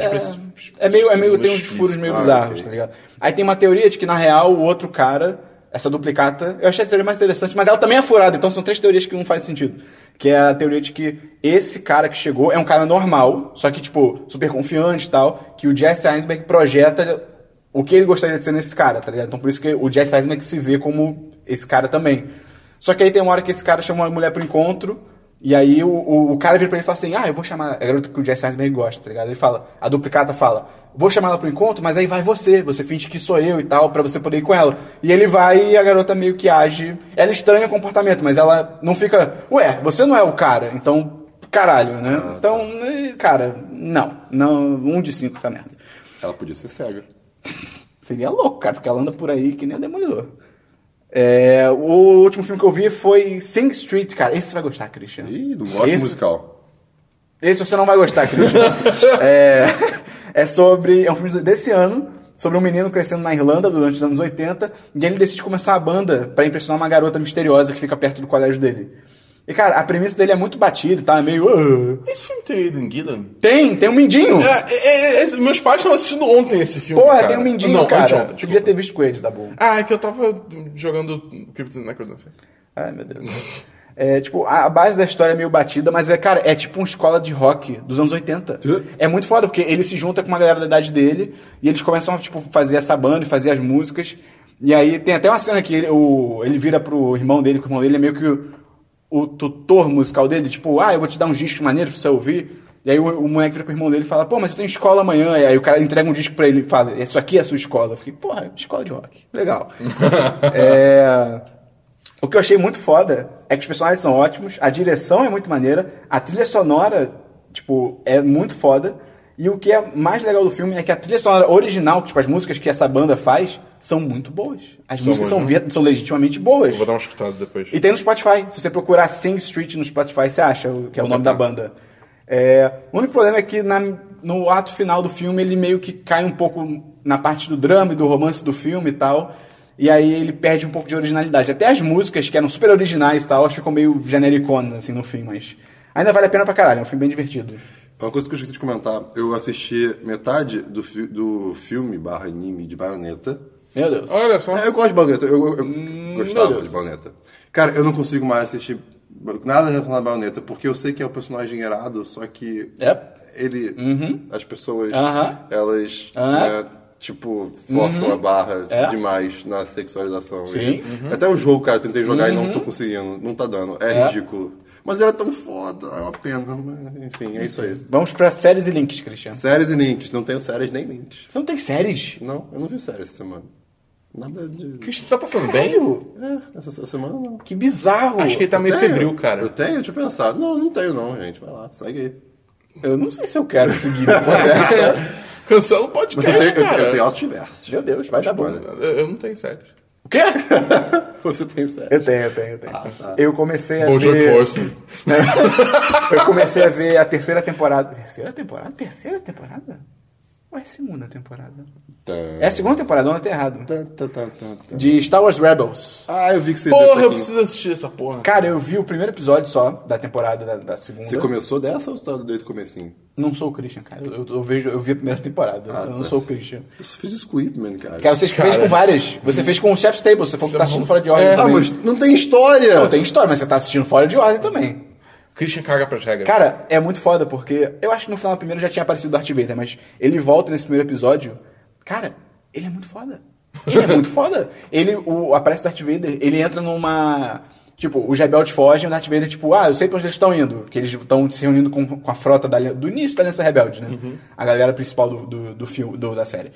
É meio, é meio, tem uns furos meio ah, bizarros, ok. tá ligado? Aí tem uma teoria de que, na real, o outro cara, essa duplicata, eu achei a teoria mais interessante, mas ela também é furada, então são três teorias que não fazem sentido. Que é a teoria de que esse cara que chegou é um cara normal, só que, tipo, super confiante e tal, que o Jesse Eisenberg projeta o que ele gostaria de ser nesse cara, tá ligado? Então por isso que o Jesse Eisenberg se vê como esse cara também. Só que aí tem uma hora que esse cara chama uma mulher pro encontro, e aí o, o, o cara vira pra ele e fala assim: Ah, eu vou chamar. É a garota que o Jesse Eisenberg gosta, tá ligado? Ele fala, a duplicata fala, vou chamar ela pro encontro, mas aí vai você, você finge que sou eu e tal, pra você poder ir com ela. E ele vai e a garota meio que age. Ela estranha o comportamento, mas ela não fica, ué, você não é o cara, então, caralho, né? Ah, tá. então, eh, cara, não. Não, um de cinco essa merda. Ela podia ser cega. Seria louco, cara, porque ela anda por aí que nem o Demolidor. É, o último filme que eu vi foi Sing Street, cara. Esse você vai gostar, Christian. Ih, não gosto de Esse- musical. esse você não vai gostar, Christian. é, é sobre. É um filme desse ano, sobre um menino crescendo na Irlanda durante os anos 80, e ele decide começar a banda pra impressionar uma garota misteriosa que fica perto do colégio dele. E, cara, a premissa dele é muito batida, tá? É meio. "Ah". Esse filme tem Aidan Gillen? Tem, tem um mindinho! É, é, é, é, meus pais estavam assistindo ontem esse filme, Porra, cara. tem um mindinho, Não, cara. anteontem, Ah, é Você devia desculpa. ter visto com eles, da boa. Ah, é que eu tava jogando Kryptonite, não sei. Ai, meu Deus. É, tipo, a a base da história é meio batida, mas é, cara, é tipo uma escola de rock dos anos 80. Hã? É muito foda, porque ele se junta com uma galera da idade dele e eles começam a, tipo, fazer essa banda e fazer as músicas. E aí tem até uma cena que ele, o, ele vira pro irmão dele, que o irmão dele é meio que o, o tutor musical dele, tipo, ah, eu vou te dar um disco maneiro pra você ouvir. E aí o, o moleque vira pro irmão dele e fala, pô, mas eu tenho escola amanhã. E aí o cara entrega um disco pra ele e fala, isso aqui é a sua escola. Eu fiquei, porra, escola de rock. Legal. é... O que eu achei muito foda é que os personagens são ótimos, a direção é muito maneira, a trilha sonora, tipo, é muito foda. E o que é mais legal do filme é que a trilha sonora original, tipo, as músicas que essa banda faz, são muito boas. As músicas boas, né? são, ver- são legitimamente boas. Eu vou dar uma escutada depois. E tem no Spotify. Se você procurar Sing Street no Spotify, você acha o que é o nome da banda. É, o único problema é que na- no ato final do filme ele meio que cai um pouco na parte do drama e do romance do filme e tal. E aí ele perde um pouco de originalidade. Até as músicas que eram super originais e tal, elas ficam meio genericonas assim no fim, mas. Ainda vale a pena pra caralho, é um filme bem divertido. Uma coisa que eu esqueci de comentar, eu assisti metade do, fi- do filme barra anime de Bayonetta. Meu Deus. Olha só. É, eu gosto de Bayonetta, eu, eu- eu Hum, meu gostava Deus. de Bayonetta. Cara, eu não consigo mais assistir ba- nada relacionado a Bayonetta, porque eu sei que é um personagem errado, só que É. Uhum. ele, as pessoas, Aham. elas, Aham. né, tipo, forçam a barra É. demais na sexualização. Sim. Uhum. E Uhum. Até o jogo, cara, eu tentei jogar e não tô conseguindo, não tá dando, é, É. ridículo. Mas era tão foda, é uma pena, mas, enfim, é isso aí. Vamos pra séries e links, Cristian. Séries e links. Não tenho séries nem links. Você não tem séries? Não, eu não vi séries essa semana. Nada de. Christian, você tá passando bem? Sério? É, essa, essa semana não. Que bizarro! Acho que ele tá Eu meio tenho. febril, Eu cara. tenho? Deixa eu pensar. Não, não tenho não, gente. Vai lá, segue aí. Eu não sei se eu quero seguir depois dessa. Cancela o Mas podcast, eu tenho, eu tenho, cara. eu tenho altos diversos. Meu Deus, vai dar bom. Olha. Eu- eu não tenho séries. O quê? Você tem séries. Eu tenho, eu tenho, eu tenho. Eu comecei a Bojack ver... Horseman. eu comecei a ver a terceira temporada. Terceira temporada? Terceira temporada? Ou é a segunda temporada? Tá. É a segunda temporada, não, eu tô errado. Tá, tá, tá, tá, tá. De Star Wars Rebels. Ah, eu vi que você deu Porra, isso eu aqui. preciso assistir essa porra. Cara, eu vi o primeiro episódio só da temporada da, da segunda. Você começou dessa ou você tá desde o comecinho? Não sou o Christian, cara. Eu, eu- eu vejo, eu vi a primeira temporada. Ah, eu não tá. sou o Christian. Eu só fiz Squidman, cara. Cara, você fez com várias. Você fez com o Chef's Table, você falou que tá assistindo fora de ordem É, Ah, também. mas não tem história! Não, tem história, mas você tá assistindo fora de ordem também. Christian caga pras regras. Cara, é muito foda, porque eu acho que no final do primeiro já tinha aparecido o Darth Vader, mas ele volta nesse primeiro episódio. Cara, ele é muito foda. Ele é muito foda. Ele o, aparece o Darth Vader, ele entra numa. Tipo, os rebeldes fogem, o Darth Vader, tipo, ah, eu sei pra onde eles estão indo. Que eles estão se reunindo com, com a frota da ali- do início da Aliança Rebelde, né? A galera principal do, do, do filme, do- da série.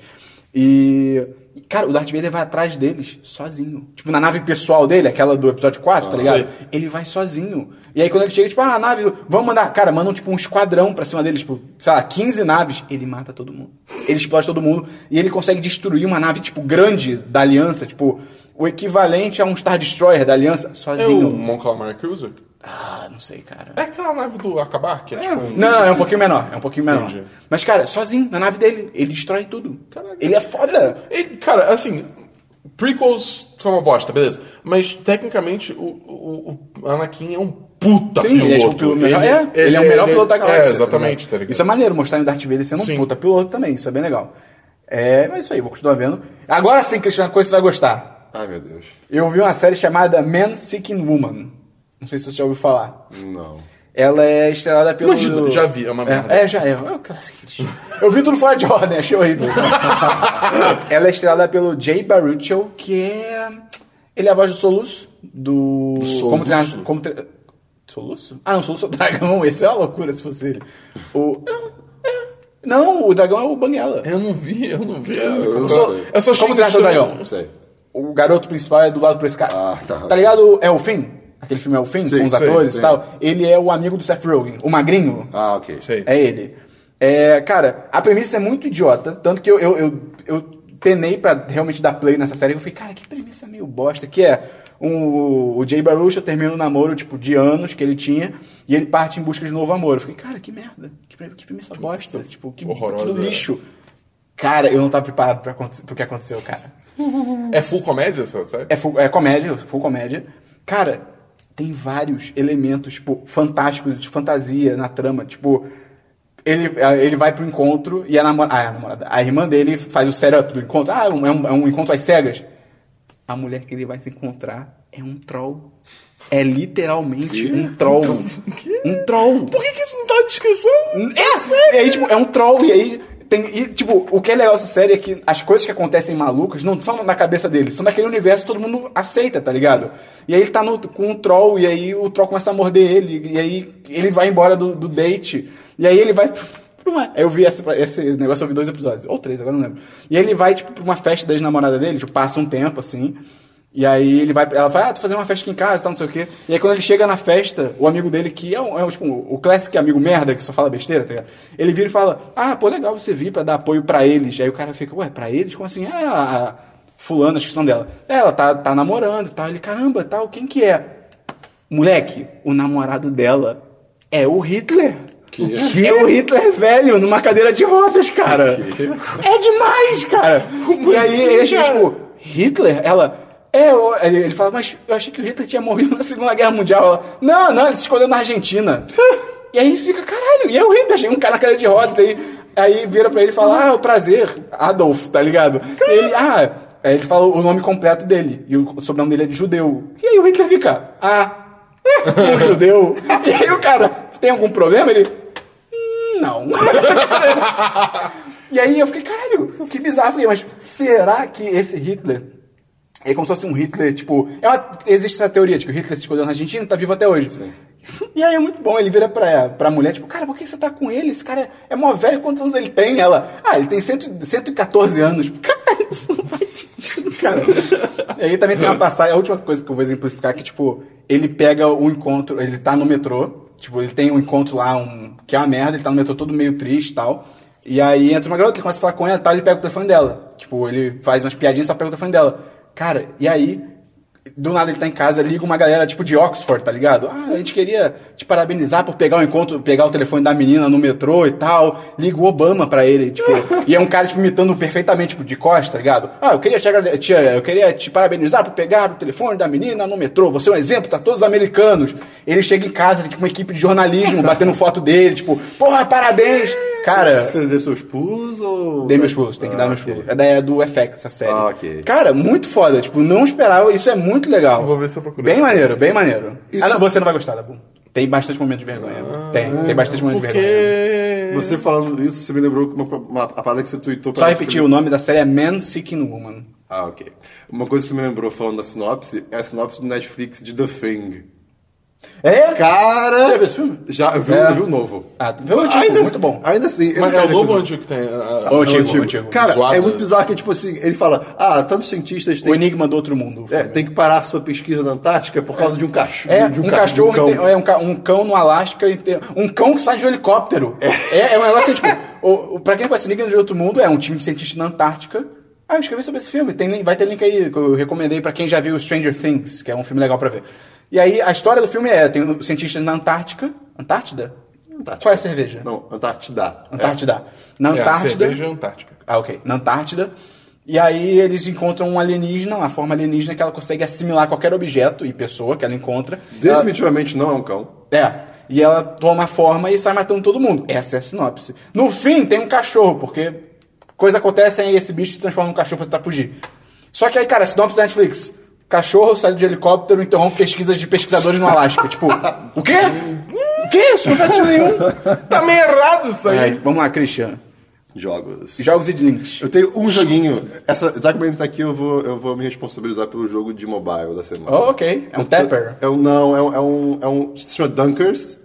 E. Cara, o Darth Vader vai atrás deles sozinho. Tipo, na nave pessoal dele, aquela do episódio 4, tá ligado? sei. ele vai sozinho. E aí quando ele chega, tipo, ah, a nave, vamos mandar. Cara, mandam tipo um esquadrão pra cima dele, tipo, sei lá, 15 naves. Ele mata todo mundo. Ele explode todo mundo. E ele consegue destruir uma nave, tipo, grande da aliança, tipo, o equivalente a um Star Destroyer da aliança, é o sozinho. Monclamar Cruiser? Ah, não sei, cara. É aquela nave do Acabar, que é, tipo... um- Não, é um pouquinho menor, é um pouquinho menor. Entendi. Mas, cara, sozinho, na nave dele, ele destrói tudo. Caralho. Ele é foda. E, cara, assim, prequels são uma bosta, beleza. Mas, tecnicamente, o, o, o Anakin é um puta Sim, piloto. ele é tipo, o piloto melhor. é, ele, é o melhor piloto da galáxia. É, exatamente, tá ligado? ligado? Isso é maneiro, mostrar o Darth Vader sendo Sim. um puta piloto também, isso é bem legal. É, mas isso aí, vou continuar vendo. Agora sim, Cristiano, uma coisa que você vai gostar. Ai, meu Deus. Eu vi uma série chamada Man Seeking Woman. Não sei se você já ouviu falar. Não. Ela é estrelada pelo... Imagina, já vi, é uma merda. É, já é. É o clássico, Cristiano. Eu vi tudo fora de ordem, achei horrível. Ela é estrelada pelo Jay Baruchel, que é... Ele é a voz do Soluço, do... Soluço? Como treinar... Como tre... Soluço? Ah, não, Soluço é o dragão. Esse é uma loucura, se fosse ele. O... Não, é. Não, o dragão é o Banguela. Eu não vi, eu não vi. eu não só, sei. eu só achei Como que Treinar Seu eles Dragão. Não sei. O garoto principal é do lado pra esse cara. Ah, tá. ligado? É o Finn? Aquele filme é o Finn, Sim, com os sim, atores sim. e tal. Ele é o amigo do Seth Rogen, o magrinho. Ah, ok. Sei. É ele. É, cara, a premissa é muito idiota, tanto que eu, eu, eu, eu penei pra realmente dar play nessa série. Eu falei, cara, que premissa meio bosta, que é um, o Jay Baruchel termina um namoro, tipo, de anos que ele tinha, e ele parte em busca de novo amor. Eu fiquei, cara, que merda, que, pre- que premissa bosta, tipo, que, horrorosa, né? que lixo. Cara, eu não tava preparado pra, aconte- pro que aconteceu, cara. É full comédia, essa série? É, full, é comédia, full comédia. Cara, tem vários elementos, tipo, fantásticos, de fantasia na trama. Tipo, ele, ele vai pro encontro e a, namora, ah, a namorada, a irmã dele é um faz o setup do encontro. Ah, é um, é um encontro às cegas. A mulher que ele vai se encontrar é um troll. É literalmente um troll. Quê? Um troll. Por que, que isso não tá na descrição? É, E aí, tipo, é um troll. E aí, tem, e, tipo, o que é legal dessa série é que as coisas que acontecem malucas não são na cabeça dele, são naquele universo que todo mundo aceita, tá ligado? E aí ele tá no- com um troll, e aí o troll começa a morder ele, e aí ele vai embora do, do date, e aí ele vai. pra uma- Eu vi esse, esse negócio, eu vi dois episódios, ou três, agora não lembro. E aí ele vai, tipo, pra uma festa da ex-namorada dele, tipo, passa um tempo assim. E aí ele vai, ela fala, ah, tô fazendo uma festa aqui em casa, tá, não sei o quê. E aí quando ele chega na festa, o amigo dele, que é, um, é um, tipo, o clássico amigo merda, que só fala besteira, tá ligado? Ele vira e fala, ah, pô, legal você vir pra dar apoio pra eles. Aí o cara fica, ué, pra eles? Como assim? Ah, a- a fulana, a questão dela. Ela tá, tá namorando e tal. Ele, caramba, tal, quem que é? Moleque, o namorado dela é o Hitler. É o Hitler velho numa cadeira de rodas, cara. É demais, cara. e aí ele chega, tipo, Hitler, ela. É, eu- ele, ele fala, mas eu achei que o Hitler tinha morrido na Segunda Guerra Mundial. Ela, não, não, ele se escondeu na Argentina. e aí você fica, caralho, e é o Hitler, chega um cara na cadeira de rodas aí. Aí vira pra ele e fala, ah, o prazer, Adolf, tá ligado? E ele, ah, aí ele fala o nome completo dele, e o sobrenome dele é de judeu. E aí o Hitler fica, ah, um judeu. E aí o cara, tem algum problema? Ele. "Hum, Não. e aí eu fiquei, caralho, que bizarro. Eu Fiquei, mas será que esse Hitler. É como se fosse um Hitler, tipo. é uma- existe essa teoria de que o Hitler se escolheu na Argentina e tá vivo até hoje. E aí é muito bom, ele vira pra, pra mulher, tipo, cara, por que você tá com ele? Esse cara é, é mó velho, quantos anos ele tem? Ela, ah, ele tem cento, 114 anos. Tipo, cara, isso não faz sentido, cara. e aí também tem uma passagem, a última coisa que eu vou exemplificar, que, tipo, ele pega o encontro, ele tá no metrô, tipo, ele tem um encontro lá, um, que é uma merda, ele tá no metrô todo meio triste e tal. E aí entra uma garota, ele começa a falar com ela e tal, ele pega o telefone dela. Tipo, ele faz umas piadinhas, só pega o telefone dela. Cara, e aí do nada ele tá em casa, liga uma galera tipo de Oxford, tá ligado? Ah, a gente queria te parabenizar por pegar o encontro, pegar o telefone da menina no metrô e tal. Liga o Obama pra ele, tipo, e é um cara tipo, imitando perfeitamente, tipo, de costa, tá ligado? Ah, eu queria te, agrade- te- eu queria te parabenizar por pegar o telefone da menina no metrô. Você é um exemplo pra todos os americanos. Ele chega em casa, tipo, uma equipe de jornalismo batendo foto dele, tipo, porra, parabéns. Cara, Você deu seus pulos ou. Dei meus pulos, tem que Ah, dar meus ok. pulos. É da é do FX a série. Ah, ok. Cara, muito foda. Tipo, não esperava. Isso é muito legal. Vou ver se eu procuro. Bem maneiro, bem maneiro. Ah, Isso- não, você não vai gostar, Dabu. Tem bastante momento de vergonha. Ah, tem, tem bastante momento de vergonha. Porque. Você falando isso, você me lembrou uma, uma a parada que você tweetou pra Só mim. repetir, o nome da série é Man Seeking Woman. Ah, ok. Uma coisa que você me lembrou falando da sinopse é a sinopse do Netflix de The Thing. É? Cara! Você já viu esse filme? Já, eu vi, um, É. eu vi o novo. Ah, viu o antigo, muito bom. Ainda assim. eu Mas não é o quero novo ou dizer- antigo que tem. Ah, o antigo, o antigo. Cara, Zoado, é muito né? bizarro que, tipo assim, ele fala, ah, tantos cientistas O têm, Enigma do Outro Mundo. o é, filme. tem que parar sua pesquisa na Antártica por causa de um cachorro. É, de um, um, ca- de um cachorro, cão. inte- é um, ca- um cão no Alasca, inte- um cão que sai de um helicóptero. É, é um negócio assim, tipo, o, o, pra quem conhece Liga de Outro Mundo, é um time de cientistas na Antártica. Ah, eu escrevi sobre esse filme, tem, link- vai ter link aí, que eu recomendei pra quem já viu Stranger Things, que é um filme legal pra ver. E aí, a história do filme é, tem um cientista na Antártica, Antártida? Antártica. Qual é a cerveja? Não, Antártida. Antártida. Na É, a Antártida... cerveja Antártica. Ah, ok. Na Antártida. E aí eles encontram um alienígena, uma forma alienígena que ela consegue assimilar qualquer objeto e pessoa que ela encontra. É. Ela- Definitivamente não é um cão. é. E ela toma forma e sai matando todo mundo. Essa é a sinopse. No fim, tem um cachorro, porque coisa acontece e esse bicho se transforma num cachorro pra tentar fugir. Só que aí, cara, sinopse da Netflix. Cachorro sai de helicóptero e interrompe pesquisas de pesquisadores no Alasca. tipo, o quê? O quê? Isso não faz sentido nenhum. Tá meio errado isso aí. Aí, vamos lá, Christian. Jogos. Jogos e drinks. Eu tenho um joguinho. Essa, já que o Ben tá aqui, eu vou, eu vou me responsabilizar pelo jogo de mobile da semana. Oh, ok. É um Tepper. É um, não, é um, é um, é um. Se chama Dunkers.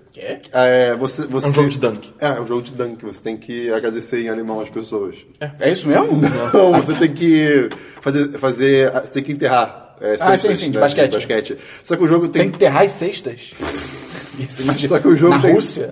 É, um você, você, jogo de dunk. É, é um jogo de dunk. Você tem que agradecer em animal as pessoas. É isso mesmo? Não, você tem que fazer, fazer. Você tem que enterrar. É, Ah, cestas, sim, sim, de basquete. Só que o jogo Tem tem. que enterrar as cestas. Isso, imagina. Só que o jogo Na tem. Rússia?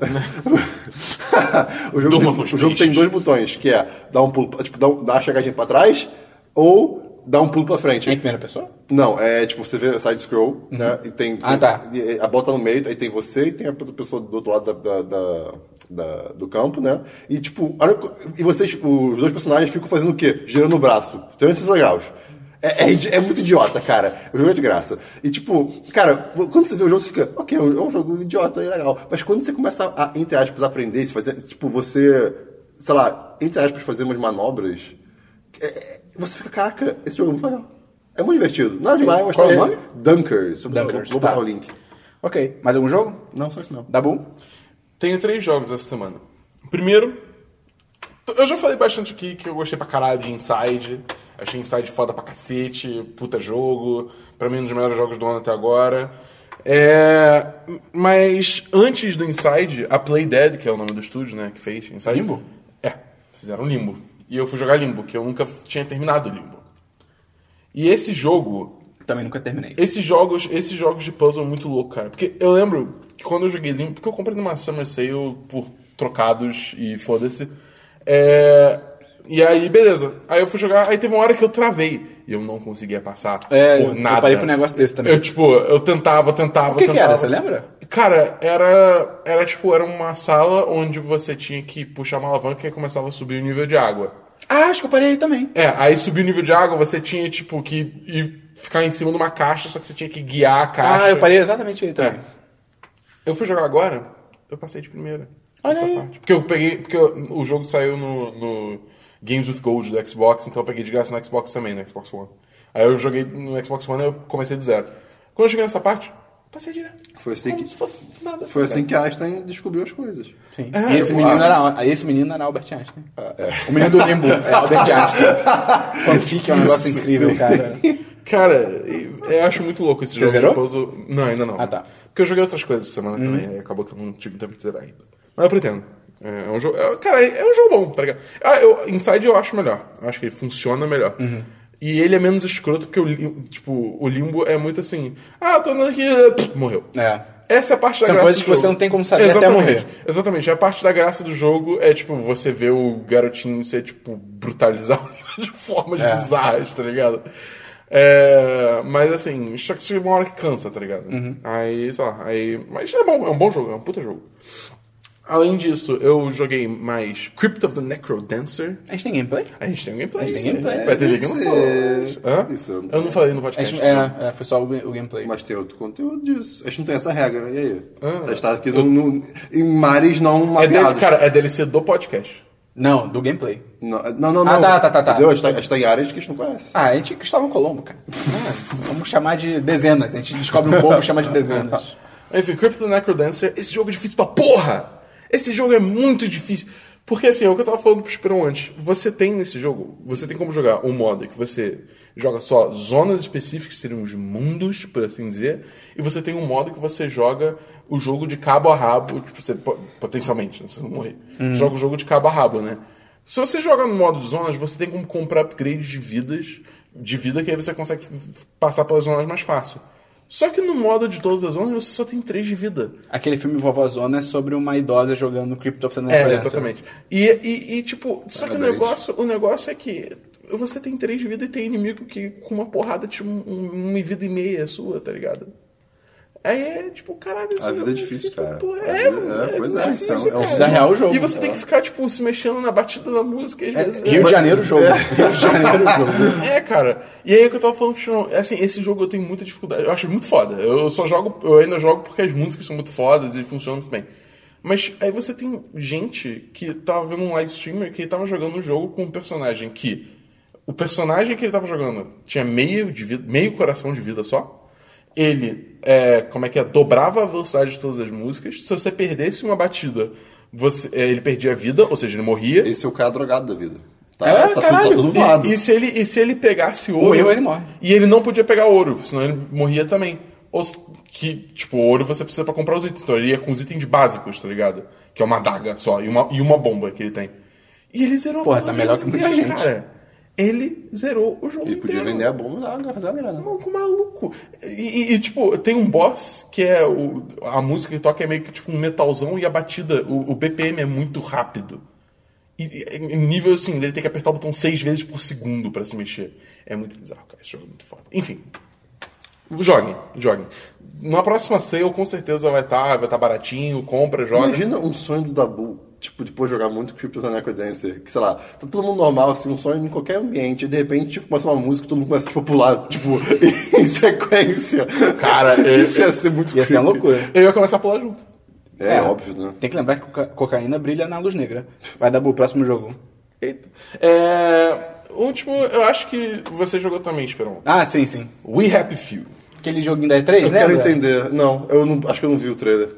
o, jogo Toma tem com os o jogo peixes. tem dois botões, que é dar um pulo, pra- tipo, dar, um- dar uma chegadinha pra trás ou dar um pulo pra frente. Em primeira pessoa? Não, é tipo, você vê side scroll, Uhum. né? E tem. Ah, tá. e- e a bola tá no meio, aí tem você e tem a outra pessoa do outro lado da, da- da- da- do campo, né? E tipo, a hora que- e vocês, os dois personagens ficam fazendo o quê? Girando o braço, 360 graus. É, é idi- é muito idiota, cara. O jogo é de graça. E tipo, cara, quando você vê o jogo, você fica, ok, é um é um jogo idiota, é legal. Mas quando você começa a, entre aspas, aprender, se fazer, tipo, você, sei lá, entre aspas, fazer umas manobras, é- é- você fica, caraca, esse jogo é muito legal. É É muito divertido. Nada demais, mas Qual tá é o aí. nome? Dunkers. Vou- Dunkers, Vou botar tá. o link. Ok. Mais algum jogo? Não, só isso mesmo. Dabu? Tenho três jogos essa semana. Primeiro, t- eu já falei bastante aqui que eu gostei pra caralho de Inside. Achei Inside foda pra cacete, puta jogo. Pra mim, um dos melhores jogos do ano até agora. É, mas antes do Inside, a Playdead, que é o nome do estúdio, né, que fez Inside. Limbo? É, fizeram Limbo. E eu fui jogar Limbo, que eu nunca tinha terminado Limbo. E esse jogo, Também nunca terminei. esses jogos, esses jogos de puzzle é muito louco, cara. Porque eu lembro que quando eu joguei Limbo, porque eu comprei numa Summer Sale por trocados e foda-se. É, E aí, beleza. Aí eu fui jogar, aí teve uma hora que eu travei e eu não conseguia passar É, por eu- nada. eu parei pro negócio desse também. Eu, tipo, eu tentava, tentava, O que que tentava. era, você lembra? Cara, era, era tipo, era uma sala onde você tinha que puxar uma alavanca e começava a subir o nível de água. Ah, acho que eu parei aí também. É, aí subir o nível de água, você tinha, tipo, que ir ficar em cima de uma caixa, só que você tinha que guiar a caixa. Ah, eu parei exatamente aí também. Eu fui jogar agora, eu passei de primeira. Olha Essa aí. Porque eu peguei. Porque eu- o jogo saiu no, no Games with Gold do Xbox, então eu peguei de graça no Xbox também, no Xbox One. Aí eu joguei no Xbox One e eu comecei do zero. Quando eu cheguei nessa parte, passei direto. Foi assim Como que- se fosse nada. Foi assim que Einstein descobriu as coisas. Sim. É, e esse eu menino, acho. era, ah, esse menino era Albert Einstein. O menino do Limbo é Albert Einstein. Fanfic é um negócio incrível, cara. Cara, eu acho muito louco esse Você jogo zerou? de puzzle. Não, ainda não. Ah, tá. Uhum. Porque eu joguei outras coisas essa semana também, aí acabou que eu não tive tempo de zerar ainda. Mas eu pretendo. É é um jogo. é- cara, é um jogo bom, tá ligado? Ah, eu, Inside eu acho melhor. Eu acho que ele funciona melhor. Uhum. E ele é menos escroto porque o, lim- tipo, o limbo é muito assim. Ah, eu tô andando aqui. pff, Morreu. É. Essa é a parte da São graça coisas do que você jogo. não tem como saber até morrer. Exatamente. A parte da graça do jogo é, tipo, você vê o garotinho ser, tipo, brutalizado de formas É. bizarras, tá ligado? É, mas assim, só que chega uma hora que cansa, tá ligado? Uhum. Aí, sei lá, aí. Mas é bom, é um bom jogo, é um puta jogo. Além disso, eu joguei mais Crypt of the Necro Dancer. A gente tem gameplay? A gente tem um gameplay. A gente tem sim. gameplay. Vai ter gente que não Isso é- falou. Hã? isso eu não- eu não falei no A podcast. gente, é, é, foi só o, ga- o gameplay. Mas tem outro conteúdo disso. A gente não tem essa regra, né? e aí? Ah. a gente tá aqui no, no- em mares não É dele- mapeados. cara, é DLC do podcast. Não, do gameplay. Não, não, não. Ah, não. tá, tá, tá, tá. Entendeu? A gente tá- a gente tá em áreas que a gente não conhece. Ah, a gente é Cristóvão Colombo, cara. Vamos chamar de dezenas. A gente descobre um povo e chama de dezenas. Enfim, Crypto Necrodancer, esse jogo é difícil pra porra! Esse jogo é muito difícil. Porque assim, é o que eu tava falando pro Esperão antes. Você tem nesse jogo, você tem como jogar um modo que você joga só zonas específicas, que seriam os mundos, por assim dizer, e você tem um modo que você joga o jogo de cabo a rabo, tipo, você, po- potencialmente, né, se você não morrer. Joga o jogo de cabo a rabo, né? Se você joga no modo de zonas, você tem como comprar upgrades de vidas, de vida, que aí você consegue f- f- passar pelas zonas mais fácil. Só que no modo de todas as zonas, você só tem 3 de vida. Aquele filme Vovózona é sobre uma idosa jogando Crypt of the É, Necrodancer. exatamente. E, e, e, tipo, só que o Parabéns. negócio, o negócio é que você tem 3 de vida e tem inimigo que com uma porrada te um- um- uma vida e meia sua, tá ligado? Aí é tipo, caralho, isso A vida é difícil, pra cara. porra. A vida- É, mano, é, pois é, difícil, isso é um- é um cara. surreal jogo. E você tem que ficar, tipo, se mexendo na batida da música. É, Às vezes, É, né? Rio de mas- Janeiro jogo. Rio de Janeiro jogo. é, cara. E aí o que eu tava falando pro Chirão, é assim, esse jogo eu tenho muita dificuldade. Eu acho muito foda. Eu só jogo, eu ainda jogo porque as músicas são muito fodas e funcionam muito bem. Mas aí você tem gente que tava vendo um live streamer que tava jogando um jogo com um personagem que. O personagem que ele tava jogando tinha meio, de vida, meio coração de vida só. Ele, é, como é que é? Dobrava a velocidade de todas as músicas. Se você perdesse uma batida, você, é, ele perdia a vida, ou seja, ele morria. Esse é o cara drogado da vida. Tá, É, tá, tudo, tá caralho. tudo voado. E, e se ele, e se ele pegasse ouro. Um erro, ele morre. E ele não podia pegar ouro, senão ele morria também. Ou se- que, tipo, ouro você precisa pra comprar os itens. Então ele ia com os itens básicos, tá ligado? Que é uma daga só e uma, e uma bomba que ele tem. E ele zerou a Porra, porra tá do melhor jogo que muita inteiro, gente. Cara. Ele zerou o jogo. Ele podia inteiro. vender a bomba lá, fazer uma grana. Maluco, maluco. E, e- e, tipo, tem um boss que é. O, a música que toca é meio que tipo um metalzão e a batida, o, o BPM é muito rápido. E, e- em nível assim, ele tem que apertar o botão seis vezes por segundo pra se mexer. É muito bizarro, cara. Esse jogo é muito foda. Enfim. Joguem, joguem. Na próxima sale, com certeza vai estar vai tá baratinho, compra, joga. Imagina um sonho do Dabu, tipo, depois de jogar muito Crypto na Necrodancer, que sei lá, tá todo mundo normal, assim, um sonho em qualquer ambiente, e de repente, tipo, começa uma música, todo mundo começa, tipo, a pular, tipo, em sequência. Cara, é- isso ia ser muito Ia ser assim uma creepy. loucura. Eu ia começar a pular junto. É, óbvio, né? Tem que lembrar que coca- cocaína brilha na luz negra. Vai dar pro próximo jogo. Eita. É, O último, eu acho que você jogou também, Esperon. Ah, sim, sim. We Happy Few. Aquele joguinho da E3, Eu né? quero entender. Não, eu não, acho que eu não vi o trailer.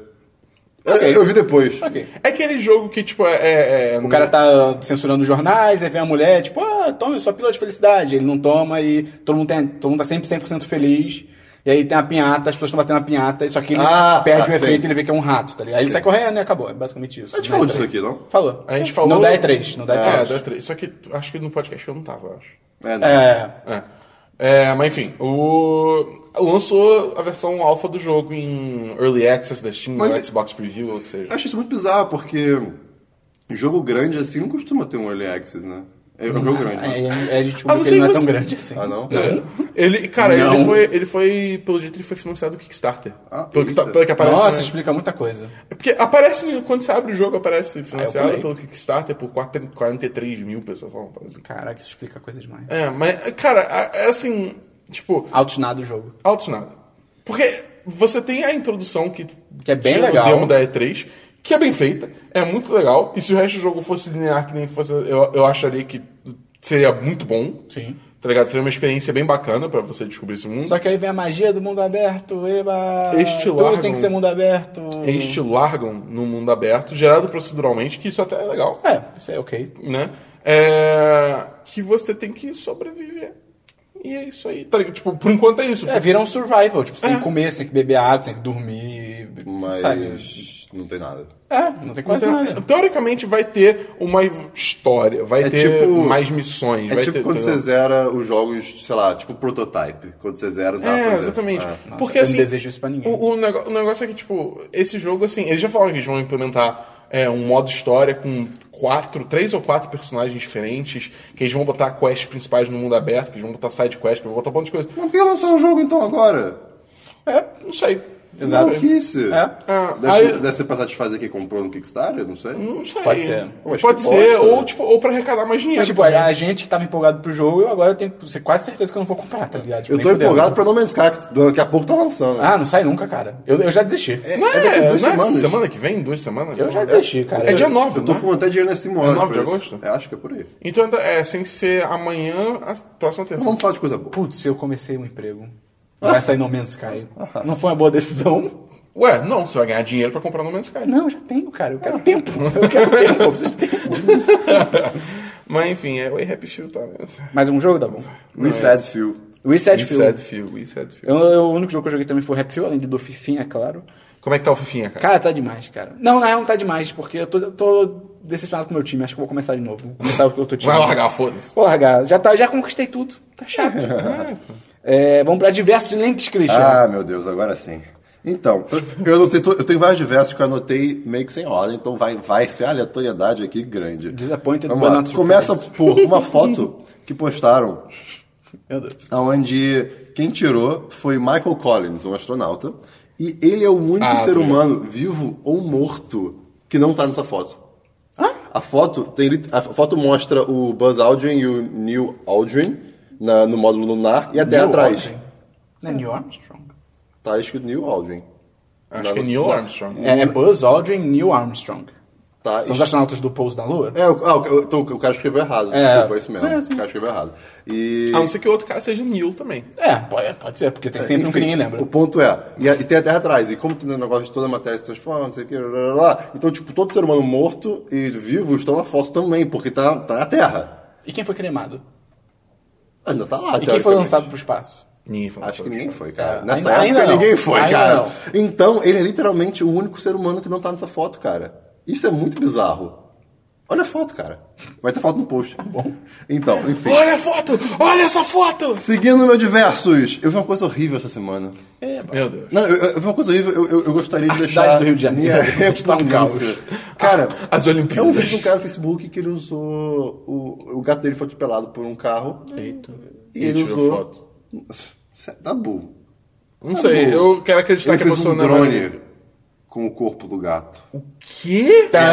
Eu- Ok. Eu, vi depois. Ok. É aquele jogo que, tipo, é. é- O cara tá censurando os jornais, aí vem a mulher, tipo, ah, tome sua pílula de felicidade. Ele não toma e todo mundo, tem, todo mundo tá sempre 100% feliz. E aí tem a pinhata, as pessoas estão batendo a pinhata, e só que ele Ah, perde ah, o efeito sim. e ele vê que é um rato, tá ligado? Aí ele Sim. sai correndo e acabou. É basicamente isso. A gente Não é falou E3. disso aqui, não? Falou. A gente falou. Não dá E3, não dá E3. É, da E3. Só que acho que no podcast que eu não tava, eu acho. É, não. É. É. É, mas enfim, o. Lançou a versão alfa do jogo em Early Access da Steam, Mas- no Xbox Preview, ou o que seja. Eu acho isso muito bizarro, porque jogo grande assim não costuma ter um early access, né? É um Ah, jogo grande. né? Aí aí a gente Ah, descobriu não que sei ele não é você- tão grande assim. Ah, não? Ele, cara, Não. ele foi, ele foi. Pelo jeito, ele foi financiado do Kickstarter. Ah, pelo, que, eita. tá- pelo que aparece. Nossa, né? explica muita coisa. É Porque aparece, no- quando você abre o jogo, aparece financiado Ah, pulei. pelo Kickstarter por 4 43 mil pessoas. uma coisa assim. Caraca, isso explica coisa demais. É, mas, cara, a- é assim, tipo, Altinado o jogo. altos nada. Porque você tem a introdução que, Que é bem tira o um, legal. demo da E3, que é bem feita, é muito legal. E se o resto do jogo fosse linear, que nem fosse, eu, eu acharia que seria muito bom. Sim. Tá ligado? Seria uma experiência bem bacana pra você descobrir esse mundo. Só que aí vem a magia do mundo aberto, eba! Este Tudo largo. tem que ser mundo aberto. Eles te largam no mundo aberto, gerado proceduralmente, que isso até é legal. É, isso é ok. né? É, que você tem que sobreviver. E é isso aí. Tá ligado? tipo, por enquanto é isso. É, vira um survival. Tipo, você tem É. que comer, você tem que beber água, você tem que dormir. Sabe? Mas não tem nada. É, não tem quase Então, nada. teoricamente vai ter uma história, vai É ter tipo- mais missões. É vai tipo ter, tá um- quando entendeu? você zera os jogos, sei lá, tipo prototype. Quando você zera, dá pra É, fazer. exatamente. É. Nossa, Porque eu não assim. desejo isso pra ninguém. O, o nego- o negócio é que, tipo, esse jogo, assim, eles já falaram que eles vão implementar é, um modo história com quatro, três ou quatro personagens diferentes, que eles vão botar quests principais no mundo aberto, que eles vão botar side quests, que eles vão botar um monte de coisa. Mas por que lançar um jogo então agora? É, Não sei. Exato. Maluquice. É. Ah, Deve, aí- ser, deve ser pra satisfazer quem comprou no Kickstarter, não sei. Não sei. Pode ser. Mas Pode que ser, bosta. ah, ou, tipo, ou pra arrecadar mais dinheiro. Mas, tipo, também. a, a gente que tava empolgado pro jogo, eu agora tenho você quase certeza que eu não vou comprar, tá ligado? Tipo, Eu nem tô fudendo. empolgado pra No Man's Sky, que daqui a pouco tá lançando. Ah, não sai nunca, cara. Eu, eu já desisti. não é, daqui a duas não é semanas. semana que vem? Duas semanas? Eu já desisti, cara. É dia Eu- 9, Eu tô né? com até dinheiro nesse É modo. nove de por isso. agosto? É, acho que é por aí. Então, é, sem ser amanhã, a Então próxima terça. vamos falar de coisa boa. Putz, eu comecei um emprego. Vai sair No Man's Sky. Não foi uma boa decisão? Ué, não, você vai ganhar dinheiro pra comprar no menos Sky. Não, eu já tenho, cara. Eu quero tempo. Eu quero tempo. Eu preciso de tempo. Mas, enfim, é Way Happy Few, tá? né? Mais um jogo, tá bom? We é. Sad Few. Reset We Field. sad few, we sad few. Eu, eu- o único jogo que eu joguei também foi o Rap Fuel, além do do Fifinha, claro. Como é que tá o Fifinha, cara? Cara, tá demais, cara. Não, na real não tá demais, porque eu tô, eu tô decepcionado com o meu time. Acho que eu vou começar de novo. Vou começar o que eu tô time. Vai largar, foda-se. Vou largar. Já, tá, já conquistei tudo. Tá chato. É, vamos pra diversos links, Christian. Ah, meu Deus, agora sim. Então, eu- eu, anotei to- eu tenho vários diversos que eu anotei meio que sem ordem, então vai, vai ser aleatoriedade aqui grande. Disappointed Vamos but lá. not surprised. Começa por uma foto que postaram Meu Deus. onde quem tirou foi Michael Collins, um astronauta, e ele é o único Ah, ser tá humano, vivo ou morto, que não tá nessa foto. A foto tem lit- a foto mostra o Buzz Aldrin e o Neil Aldrin na- no módulo lunar e a Terra Neil atrás. Armstrong. Não é Neil Armstrong? Tá escrito Neil Aldrin. Acho Não, que é Neil não. Armstrong. É, é Buzz Aldrin e Neil Armstrong. Tá São os astronautas do pouso na Lua? É, o, ah, o- então, o cara escreveu errado, É. desculpa, é isso mesmo. Sim, sim. um O cara escreveu errado. E. A não ser que o outro cara seja Neil também. É, pode, pode ser, porque tem sempre um que ninguém lembra. O ponto é, e, a- e tem a Terra atrás, e como tem o negócio de toda a matéria se transforma, não sei o que, blá, blá, blá, então, tipo, todo ser humano morto e vivo estão na foto também, porque tá, tá na Terra. E quem foi cremado? Ainda tá lá, E quem foi teoricamente. lançado pro espaço? Ninguém fala Acho que sobre ninguém isso. foi, cara. É, Nessa ainda- época ainda não. ninguém foi, Ainda cara. não. Então, ele é literalmente o único ser humano que não tá nessa foto, cara. Isso é muito bizarro. Olha a foto, cara. Vai ter foto no post. bom. Então, enfim. Olha a foto! Olha essa foto! Seguindo meu diversos, eu vi uma coisa horrível essa semana. Meu Deus. Não, eu, eu vi uma coisa horrível, eu, eu, eu gostaria de A deixar. cidade do Rio de Janeiro minha está um repugnância. Cara, As eu vi Olimpíadas. um cara no Facebook que ele usou. O, o gato dele foi atropelado por um carro. Eita. E ele tirou usou. foto. Cê- Tá bom. Não sei, eu quero acreditar Ele que a fez um pessoa não é mais- drone com o corpo do gato. Que? Tá.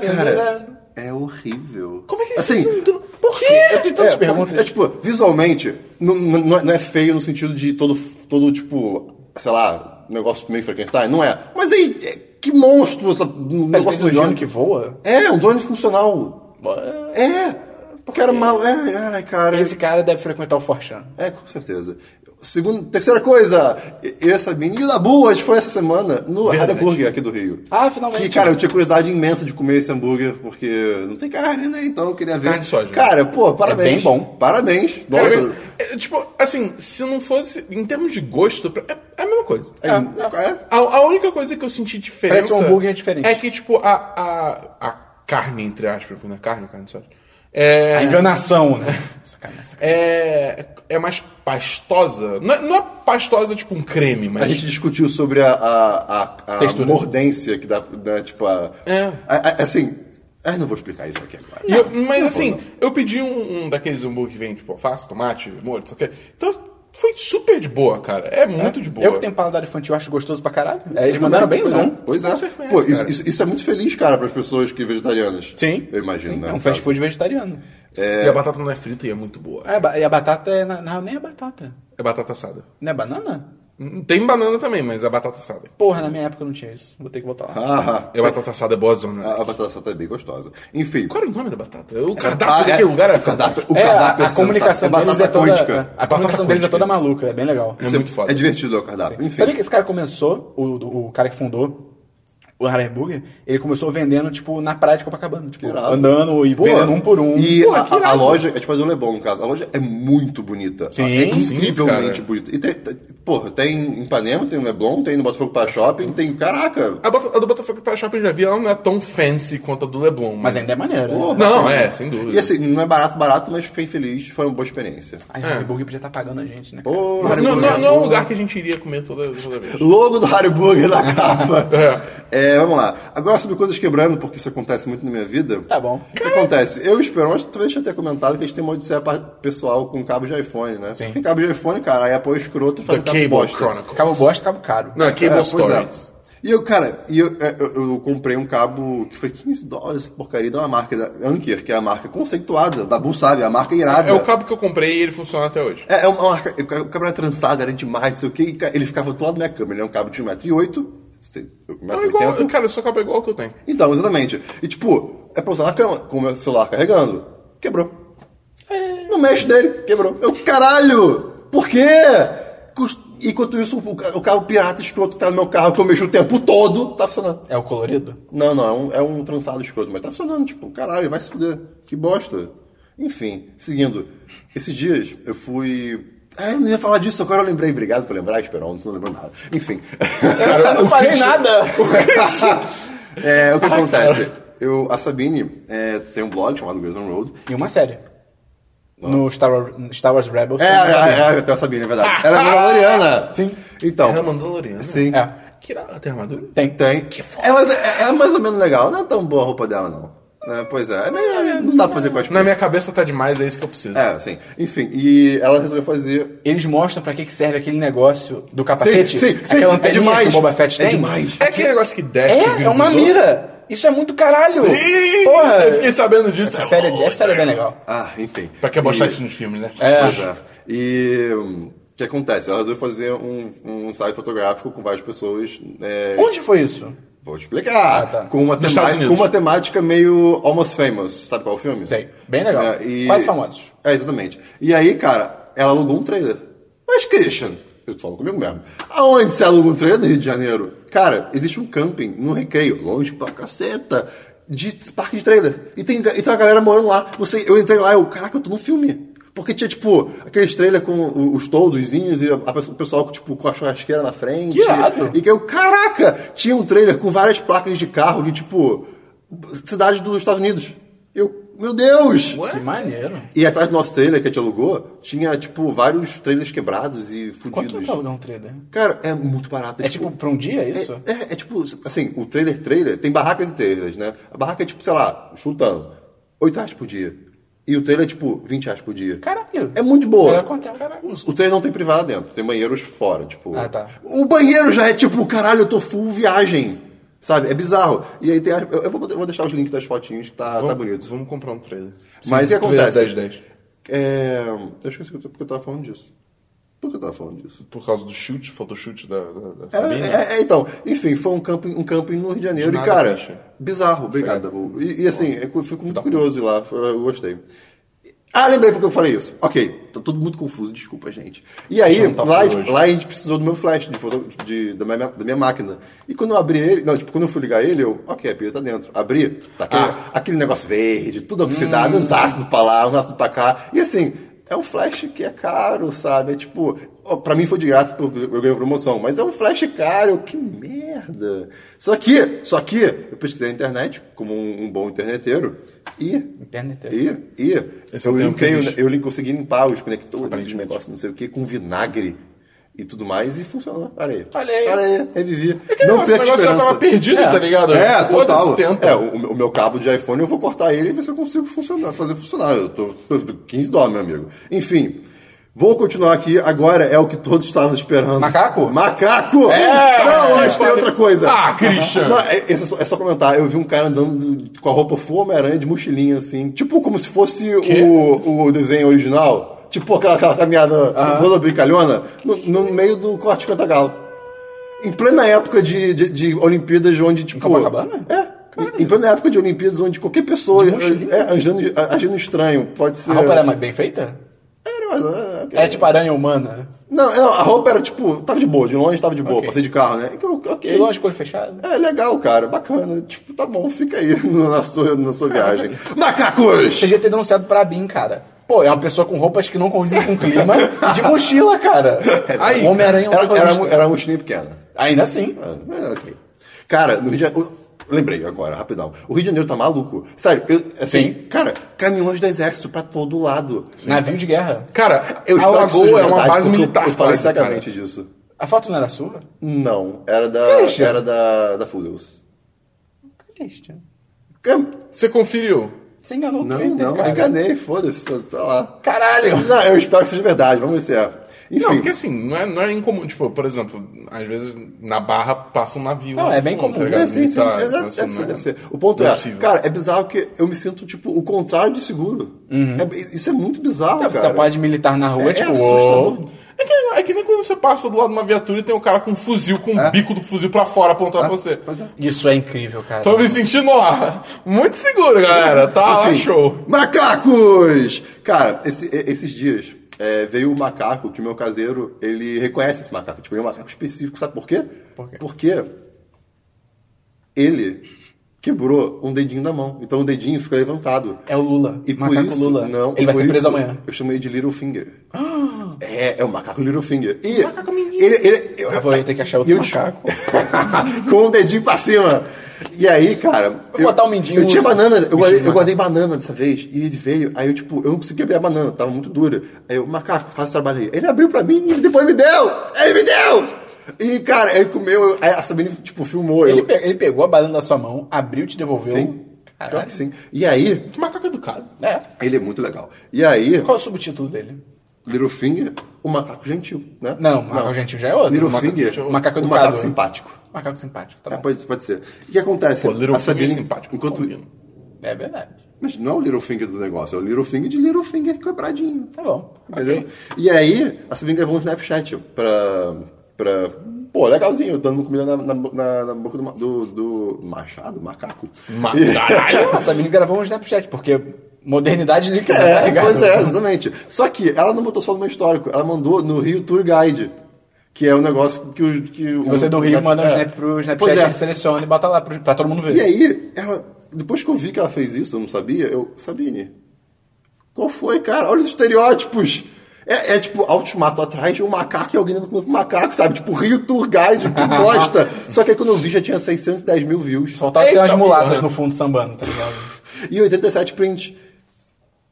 Cara, é horrível. Como é que ele assim, fez um dro- Por quê? Eu tenho tantas perguntas. É tipo, visualmente, não, não, é- não é feio no sentido de todo, todo tipo, sei lá, negócio meio Frankenstein, não é. Mas aí, é- que monstro essa, um É, Ele fez negócio um drone nojento. que voa? É, um drone funcional. Bo- é, É. Porque era mal. É, ai, cara. Esse cara deve frequentar o Forchan. É, com certeza. Segunda, terceira coisa, eu e a Sabine e o Dabu, a gente foi essa semana no Verdade. Haraburger aqui do Rio. Ah, finalmente. Que, cara, eu tinha curiosidade imensa de comer esse hambúrguer, porque não tem carne, né? Então eu queria ver. É Carne de soja. Cara, pô, parabéns. bem bom. Parabéns. Cara, Nossa. é, é, tipo, assim, se não fosse. Em termos de gosto, pra- é, é a mesma coisa. É, é. A, a única coisa que eu senti diferença. Parece um hambúrguer diferente. É que, tipo, a, a, a carne, entre aspas, não é carne, carne de soja. É. A enganação, né? Sacanagem, sacanagem. É, é mais pastosa. Não é, não é pastosa, tipo, um creme, A mas. gente discutiu sobre a, a, a, a Textura. mordência que dá, né, tipo, a, É. a- a- assim, ah, não vou explicar isso aqui agora. E eu- mas assim, eu pedi um, um daqueles hambúrguer que vem, tipo, alface, tomate, molho, isso aqui. Então, foi super de boa, cara. É muito de boa. Eu que tenho paladar infantil acho gostoso pra caralho. É, eles Pois mandaram é, bem, não? Pois é. Com certeza, Pô, isso, cara. isso, isso é muito feliz, cara, para as pessoas que vegetarianas. Sim. Eu imagino, Sim, né? É no um fast caso. food vegetariano. E a batata não é frita e é muito boa. Ah, e ba- e a batata é. Na, não, nem é batata. É batata assada. Não é banana? Tem banana também, mas a batata assada. Porra, na minha época não tinha isso. Vou ter que botar lá. Ah, E a batata assada é boa zona. Ah, a, a batata assada é bem gostosa. Enfim. Qual era o nome da batata? O Ah, cardápio daquele lugar o era cardápio, o É, a, cardápio a sensacional. comunicação deles é toda. quântica. A, a comunicação deles é toda quântica, isso. maluca, é bem legal. É muito foda. É divertido é o cardápio. Enfim. Sabia que esse cara começou, o, do- o cara que fundou o Harry Burger, ele começou vendendo, tipo, na praia de Copacabana. Tipo, irado. andando e Pô, vendendo um por um. E Porra, a- que a, irado. loja, a gente faz um Leblon, no caso. A loja é muito bonita. Sim, é sim, incrivelmente cara. bonita. E tem, tem- porra, tem em Ipanema, tem no Leblon, tem no Botafogo para Shopping, tem. Caraca! A, bota- a do Botafogo para Shopping já vi, ela não é tão fancy quanto a do Leblon. Mas ainda é maneiro. né? Porra, Não, cara. é, sem dúvida. E assim, não é barato, barato, mas fiquei feliz, foi uma boa experiência. Aí o Harry Burger podia estar pagando a gente, né? cara? Porra, Mas não, Haribo não- é não é um bom. né? lugar que a gente iria comer toda, toda vez. Logo do Harry Burger na capa. Tá É, vamos lá. Agora sobre coisas quebrando, porque isso acontece muito na minha vida. Tá bom. O que acontece? Eu e o Esperon, acho que talvez eu já tenha comentado que a gente tem uma odisseia pa- pessoal com cabo de iPhone, né? Sim. Porque cabo de iPhone, cara, aí apoia escroto e faz The um cabo Cable bosta. Chronicle. Cabo tá bosta, cabo caro. Não, É, Cable pois é. Stories. E eu, cara, e eu, é, eu, eu comprei um cabo que foi 15 dólares, porcaria, da uma marca da Anker, que é a marca conceituada, da Bull sabe, é a marca irada. É o cabo que eu comprei e ele funciona até hoje. É, é uma marca. O cabo era trançado, era demais, não sei o que. Ele ficava do lado da minha câmera. Ele é um cabo de 1,8m. É igual, cara, o seu cabo é igual ao que eu tenho. Então, exatamente. E tipo, é pra usar na cama, com o meu celular carregando. Quebrou. Não mexe nele, quebrou. Eu, caralho! Por quê? Cus- Enquanto isso, o ca- o carro pirata escroto que tá no meu carro, que eu mexo o tempo todo, tá funcionando. É o colorido? Não, não, é um, é um trançado escroto, mas tá funcionando, tipo, caralho, vai se fuder, que bosta. Enfim, seguindo, esses dias eu fui. Ah, eu não ia falar disso, agora eu lembrei, obrigado por lembrar, Esperon, tu não lembrou nada. Enfim. Eu não falei nada! é, o que acontece? Eu, a Sabine é, tem um blog chamado Girls on Road. E uma série. No Star Wars, Star Wars Rebels. É, tem uma série. é, é, tem a Sabine, é verdade. Ela é Mandaloriana. Sim. Então. Ela é Mandaloriana? Sim. É. Que irado, tem armadura? Tem. Tem. É, mas é, é mais ou menos legal. Não é tão boa a roupa dela, não. É, pois é. É meio- não dá pra fazer cosplay. Na minha cabeça tá demais, é isso que eu preciso. É, sim. Enfim, e ela resolveu fazer. Eles mostram pra que que serve aquele negócio do capacete. sim, sim, aquela é anteninha demais. que o Boba Fett É tem. demais. É aquele negócio que desce e É, vira é um uma visor. mira. Isso é muito caralho. Ih, Porra. Eu fiquei sabendo disso. Essa série, é- essa série é bem legal. Ah, enfim. Pra que E- mostrar isso nos filmes, né? Pois é. E. hum, O que acontece? Ela resolveu fazer um, um site fotográfico com várias pessoas. é, Onde foi isso? Vou te explicar. Ah, tá. com, uma Nos tema- Estados Unidos. com uma temática meio Almost Famous. Sabe qual é o filme? Sei. Bem legal. É, e- Quase famosos. É, exatamente. E aí, cara, ela alugou um trailer. Mas, Christian, eu tô falando comigo mesmo. Aonde você aluga um trailer no Rio de Janeiro? Cara, existe um camping no Recreio, longe pra caceta, de parque de trailer. E tem, e tem uma galera morando lá. Você, eu entrei lá e eu, caraca, eu tô num filme. Porque tinha, tipo, aqueles trailer com o- os toldozinhos e a- a pessoa- o pessoal, tipo, com a churrasqueira na frente. Que irado. E que eu, caraca, tinha um trailer com várias placas de carro de, tipo, cidades dos Estados Unidos. Eu, meu Deus! Ué? Que maneiro. E atrás do nosso trailer que a gente alugou, tinha, tipo, vários trailers quebrados e Quanto é pra fudidos. alugar um trailer? Cara, é muito barato. É tipo pra um dia é, isso? é- é tipo, assim, o trailer, trailer, tem barracas e trailers, né? A barraca é tipo, sei lá, chutando, 8 reais por dia. E o trailer é tipo, 20 reais por dia. Caralho. É muito boa. Melhor que um hotel, caralho. O, o trailer não tem privada dentro, tem banheiros fora, tipo. Ah, tá. O banheiro já é tipo, caralho, eu tô full viagem. Sabe? É bizarro. E aí tem. a- Eu, eu vou, eu vou deixar os links das fotinhos que tá, Vamos- tá bonito. Vamos comprar um trailer. Mas Sim, o que acontece? 10, 10. É... Eu esqueci que eu tô- porque eu tava falando disso. Por que eu tava falando disso? Por causa do shoot, photoshoot da, da, da É, Sabine. é, é, então, enfim, foi um camping, um camping no Rio de Janeiro né? De nada, e, cara, Christian. assim, é bizarro, obrigado. Dabu. E, e, assim, eu fico muito curioso de lá, eu gostei. Ah, lembrei porque eu falei isso. Ok, tá todo mundo confuso, desculpa, gente. E aí, não tá lá, por hoje. lá a gente precisou do meu flash, de foto- de- da, minha, da minha máquina. E quando eu abri ele, não, tipo, quando eu fui ligar ele, eu, ok, a pilha tá dentro. Abri, tá aquele, Ah, aquele negócio verde, tudo oxidado, uns ácidos pra lá, uns ácidos pra cá. E assim, é um flash que é caro, sabe? É tipo, ó, pra mim foi de graça porque eu ganhei promoção, mas é um flash caro, eu, que merda. Só que, só que, eu pesquisei na internet, como um, um bom interneteiro, e Internet. Tá e, e Esse é eu, o tempo que limpei, existe. eu li- consegui limpar os conectores, esses Aparentemente. negócios, não sei o que, com vinagre e tudo mais, e funcionou. Olha aí. Olha aí. Olha aí, revivi. que negócio, perca o negócio já esperança. tava perdido, É. tá ligado? É, Foda-se, total. tenta. É, o, o meu cabo de iPhone eu vou cortar ele e ver se eu consigo funcionar, fazer funcionar. Eu tô, tô 15 dólares, meu amigo. Enfim. Vou continuar aqui, agora é o que todos estavam esperando. Macaco? Macaco! É! Não, antes tem Pode- outra coisa. Ah, Christian! Não, é, esse é, só, é só comentar. Eu vi um cara andando do- com a roupa full Homem-Aranha de mochilinha, assim. Tipo como se fosse Quê? o, o desenho original. Tipo aquela, aquela caminhada Ah. toda brincalhona. No, no meio do corte Cantagalo. Em plena época de, de, de Olimpíadas, onde, tipo... Copacabana? É. Em plena época de Olimpíadas, onde qualquer pessoa mochilinha? é, agindo, agindo estranho. Pode ser... A roupa era mais bem feita? Era, mas, é, Era tipo aranha humana. Não, não, a roupa era, tipo... Tava de boa. De longe tava de boa. Ok. Passei de carro, né? Ok. E longe com o olho fechado? É legal, cara, bacana. Tipo, tá bom, fica aí no- na, sua, na sua viagem. Macacos! Você devia ter denunciado pra Bin, cara. Pô, é uma pessoa com roupas que não condizem com o clima e de mochila, cara. Aí, O Homem-Aranha é um Era, era, terrorista. mu- era uma mochilinha pequena. Ainda assim. Ah, mas ok. Cara, no Rio de Janeiro. Lembrei agora, rapidão. O Rio de Janeiro tá maluco. Sério, eu, assim, Sim. cara, caminhões do exército pra todo lado. Navio de guerra. Cara, Eu a espero que seja Lagoa é uma verdade, base porque eu- militar. Eu, falei quase, cara. cegamente disso. A foto não era sua? Não, era da. Christian. Era da, da Fudels. Christian. Você conferiu? Você enganou o Não, Twitter, não, cara. enganei, foda-se, tá- tá lá. Caralho! Não, eu espero que seja verdade, vamos ver se é. Enfim. Não, porque assim, não é, não é incomum. Tipo, por exemplo, às vezes na barra passa um navio. Não, lá é no bem fundo, comum. Tá ligado? É, sim, sim. Militar, É, deve, assim, deve ser, não é- deve ser. O ponto não é, possível. cara, é bizarro que eu me sinto, tipo, o contrário de seguro. Uhum. É- isso é muito bizarro, Você cara. tá pode militar na rua, É, tipo, é uou. assustador. É que, é que nem quando você passa do lado de uma viatura e tem um cara com um fuzil, com o bico do fuzil pra fora apontado pra você. Pois é. Isso é incrível, cara. Tô me sentindo, ó, muito seguro, galera. Tá lá, Enfim, show. Macacos! Cara, esse- e- esses dias é, veio o macaco que o meu caseiro, ele reconhece esse macaco. Tipo, ele é um macaco específico, sabe por quê? Por quê? Porque ele quebrou um dedinho da mão. Então o dedinho fica levantado. É o Lula. E por Macaco isso, Lula. não. Ele e vai por ser preso isso, amanhã. Eu chamei de Littlefinger. é, é o macaco Littlefinger. E Macaco mendigo. ele, ele, eu, Eu vou ter que achar outro e eu te- macaco. com o dedinho pra cima. E aí, cara. Vou botar o mindinho Eu tinha no- banana, eu guardei, Bichinho eu guardei banana dessa vez. E ele veio, aí eu, tipo, eu não consegui abrir a banana, tava muito dura. Aí eu, macaco, faz o trabalho aí. Ele abriu pra mim e depois me deu! Ele me deu! E, cara, ele comeu, aí a Sabine, tipo, filmou. Ele, eu, pe- ele pegou a banana da sua mão, abriu, te devolveu. Sim. Pior Caralho. que sim. E aí, Que macaco educado. É. ele é muito legal. E aí, Qual é o subtítulo dele? Littlefinger, o macaco gentil, né? Não, Macaco Gentil já é outro. Littlefinger, Macaco- macaco o educado. macaco simpático. Macaco simpático, tá É, bom. pode, pode ser. O que acontece? Pô, Little a Sabine, é simpático. enquanto, combina. É verdade. Mas não é o Littlefinger do negócio, é o Littlefinger de Littlefinger quebradinho. Tá bom. Entendeu? E aí, a Sabine gravou um Snapchat pra. pra pô, legalzinho, dando comida na, na, na- na boca do, ma- do, do machado, macaco. Ma- Caralho. A Sabine gravou um Snapchat, porque modernidade líquida, tá É, ligado? pois é, exatamente. Só que ela não botou só no meu histórico, ela mandou no Rio Tour Guide. Que é o negócio que o. Que Você o- do Rio manda um é. snap pro Pois Snapchat, é. ele seleciona e bota lá pro- pra todo mundo ver. E aí, ela- depois que eu vi que ela fez isso, eu não sabia, eu. Sabine, qual foi, cara? Olha os estereótipos! É, é tipo, alto mato atrás de um macaco e alguém dando comida pro macaco, sabe? Tipo, Rio Tour Guide, que bosta! Só que aí quando eu vi já tinha 610 mil views Faltava ter Eita, umas mulatas porra. no fundo sambando, tá ligado? e 87 prints.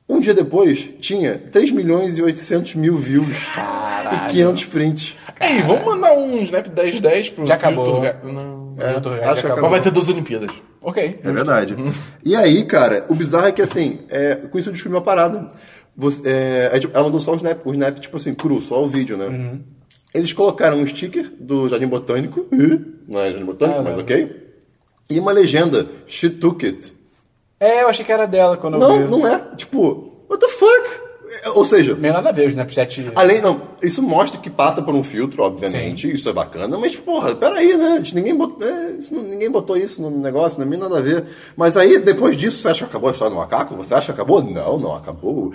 Um dia depois, tinha 3 milhões e 800 mil views e 500 prints. Ei, vamos mandar um Snap 1010 pro Já acabou. YouTube. Não. Eu tô- já acho que acabou. Mas vai ter duas Olimpíadas. Ok. É verdade. E aí, cara, o bizarro é que assim, é, com isso eu descobri uma parada. Você- é, é, tipo, ela mandou só o snap, o snap, tipo assim, cru, só o vídeo, né? Eles colocaram um sticker do Jardim Botânico, não é Jardim Botânico, Ah, mas não. ok. E uma legenda, she took it. É, eu achei que era dela quando eu vi. Não, não é. Tipo, what the fuck? Ou seja, Meio nada a ver, o Snapchat. além, não, isso mostra que passa por um filtro, obviamente, isso é bacana, mas, porra, peraí, né? gente, Ninguém botou, é, isso não- ninguém botou isso no negócio, não tem nada a ver. Mas aí, depois disso, você acha que acabou a história do macaco? Você acha que acabou? Não, não acabou.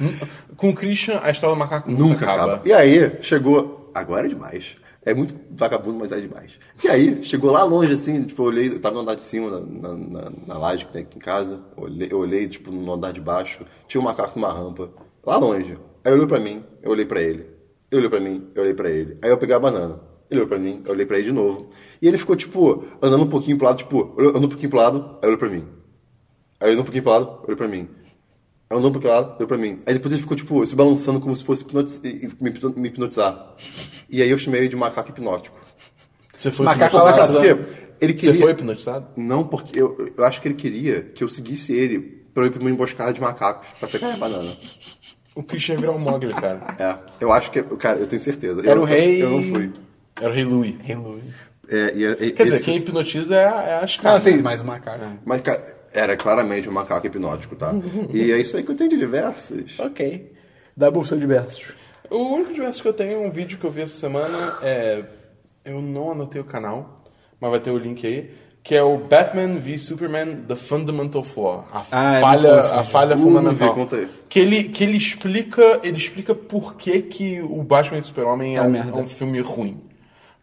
Com o Christian, a história do macaco Nunca acaba. E aí, chegou. Agora é demais. É muito vagabundo, mas é demais. E aí, chegou lá longe, assim, tipo, eu olhei, eu tava no andar de cima, na, na, na- na laje que tem aqui em casa, olhei, eu olhei, tipo, no andar de baixo, tinha um macaco numa rampa, lá longe. Aí olhou pra mim, eu olhei pra ele. Ele olhou pra mim, eu olhei pra ele. Aí eu peguei a banana. Ele olhou pra mim, eu olhei pra ele de novo. E ele ficou, tipo, andando um pouquinho pro lado, tipo, olhou- andou um pouquinho pro lado, aí olhou pra mim. Aí andou um pouquinho pro lado, olhou pra mim. Aí andou um pouquinho pro lado, olhou pra mim. Aí depois ele ficou, tipo, se balançando como se fosse hipnotiz... e- e me hipno- me hipnotizar. E aí eu chamei ele de macaco hipnótico. Você foi Macaco hipnotizado? Tava Sabe por quê? arrasando. Ele Você queria... foi hipnotizado? Não, porque eu, eu acho que ele queria que eu seguisse ele pra eu ir pra uma emboscada de macacos pra pegar a banana. O Christian ia virar o Mogli, cara. É, eu acho que... Cara, eu tenho certeza. Era eu, o rei- Eu não fui. Era o Rei Louis. É, e, e- Quer dizer, esses- quem hipnotiza é a, é a escada. Ah, sim, mais um macaco. Mas, cara, era claramente um macaco hipnótico, tá? e é isso aí que eu tenho de diversos. Ok. Da bolsa de versos. O único diverso que eu tenho é um vídeo que eu vi essa semana. É... Eu não anotei o canal, mas vai ter o link aí. Que é o Batman v Superman The Fundamental Flaw. A Ah, é falha, muito bom esse a vídeo. falha Uh, fundamental. vi, conta aí. Que ele, que ele explica. Ele explica por que, que o Batman e o Super-Homem é, uma um, merda. é um filme ruim.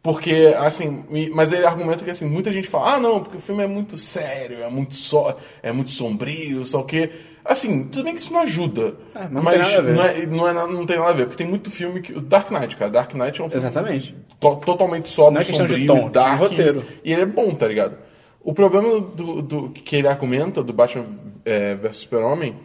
Porque, assim, e- mas ele argumenta que assim, muita gente fala, ah não, porque o filme é muito sério, é muito só, é muito sombrio, só que. Assim, tudo bem que isso não ajuda. Ah, não tem mas nada a ver. não é- e não, é, nada- não tem nada a ver, porque tem muito filme que. O Dark Knight, cara. Dark Knight é um filme Exatamente. to- totalmente sóbrio, Não é questão de sombrio, tom, é questão de dark, roteiro. E ele é bom, tá ligado? O problema do, do- que ele argumenta, do Batman é, vs Super-Homem,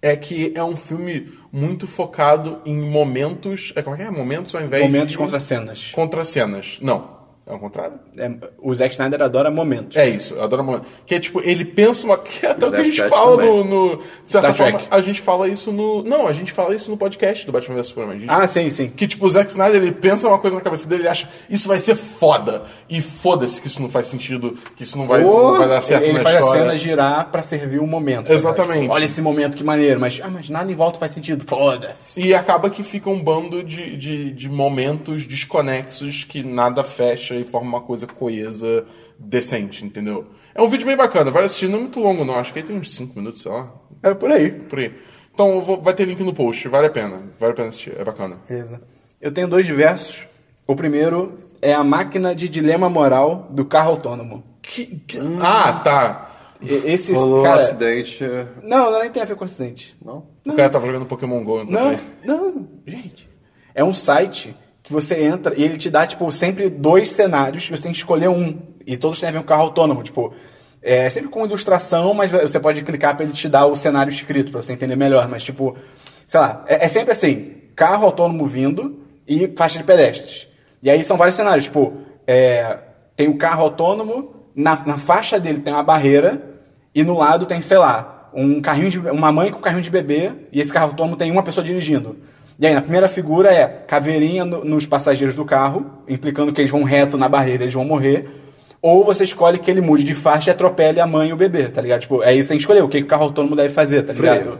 é que é um filme muito focado em momentos. É, como é que é? Momentos ao invés Momentos de. contra cenas. Contra cenas. Não. É o contrário? É, o Zack Snyder adora momentos. É isso, eu adoro momento. Que é tipo, ele pensa uma. Que é até o que a gente Snapchat fala no, também. no. de certa Star forma, Trek. a gente fala isso no. Não, a gente fala isso no podcast do Batman vs Superman. A gente- Ah, sim, sim. Que tipo, o Zack Snyder ele pensa uma coisa na cabeça dele, ele acha isso vai ser foda. E foda-se que isso não faz sentido, que isso não vai, não vai dar certo ele na faz história. a cena girar pra servir o momento. tá ligado? Exatamente. Tipo, olha esse momento, que maneiro. Mas, ah, mas nada em volta faz sentido. Foda-se. E acaba que fica um bando de, de, de momentos desconexos que nada fecha e forma uma coisa coesa, decente, entendeu? É um vídeo bem bacana, vai assistir, não é muito longo não, acho que aí tem uns 5 minutos, sei lá, Era por aí. por aí. Então eu vou- vai ter link no post, vale a pena, vale a pena assistir, é bacana. Beleza. Eu tenho dois diversos. O primeiro é a máquina de dilema moral do carro autônomo. Que- que- Ah, tá. E- Esse Rolou um cara. acidente... Não, não nem tem a ver com acidente. Não? O cara tava jogando Pokémon GO. enquanto Não, ele- não, gente. É um site que você entra e ele te dá, tipo, sempre dois cenários e você tem que escolher um. E todos têm a ver com carro autônomo, tipo. É sempre com ilustração, mas você pode clicar pra ele te dar o cenário escrito, pra você entender melhor. Mas, tipo, sei lá, é, é sempre assim: carro autônomo vindo e faixa de pedestres. E aí são vários cenários, tipo, é, tem o carro autônomo, na, na faixa dele tem uma barreira, e no lado tem, sei lá, um carrinho de, uma mãe com um carrinho de bebê e esse carro autônomo tem uma pessoa dirigindo. E aí, na primeira figura é caveirinha no- nos passageiros do carro, implicando que eles vão reto na barreira, eles vão morrer. Ou você escolhe que ele mude de faixa e atropele a mãe e o bebê, tá ligado? Tipo, é isso que tem que escolher, o que, que o carro autônomo deve fazer, tá Freio. ligado?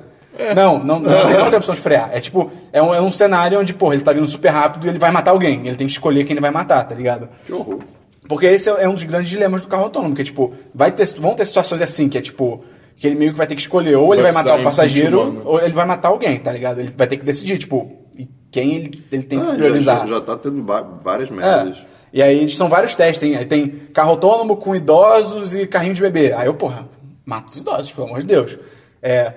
Não, não, não, tem- não tem opção de frear. É tipo, é um, é um cenário onde, porra, ele tá vindo super rápido e ele vai matar alguém. Ele tem que escolher quem ele vai matar, tá ligado? Que horror. Porque esse é é um dos grandes dilemas do carro autônomo, que é tipo, vai ter, vão ter situações assim, que é tipo, que ele meio que vai ter que escolher, ou ele Vai vai matar o precisar né? ir passageiro, continuando. ou ele vai matar alguém, tá ligado? Ele vai ter que decidir, tipo, e quem ele, ele tem que Ah, priorizar. já, já tá tendo ba- várias É. merdas. E aí são vários testes, hein? Aí tem carro autônomo com idosos e carrinho de bebê. Aí eu, porra, mato os idosos, pelo amor de Deus. É,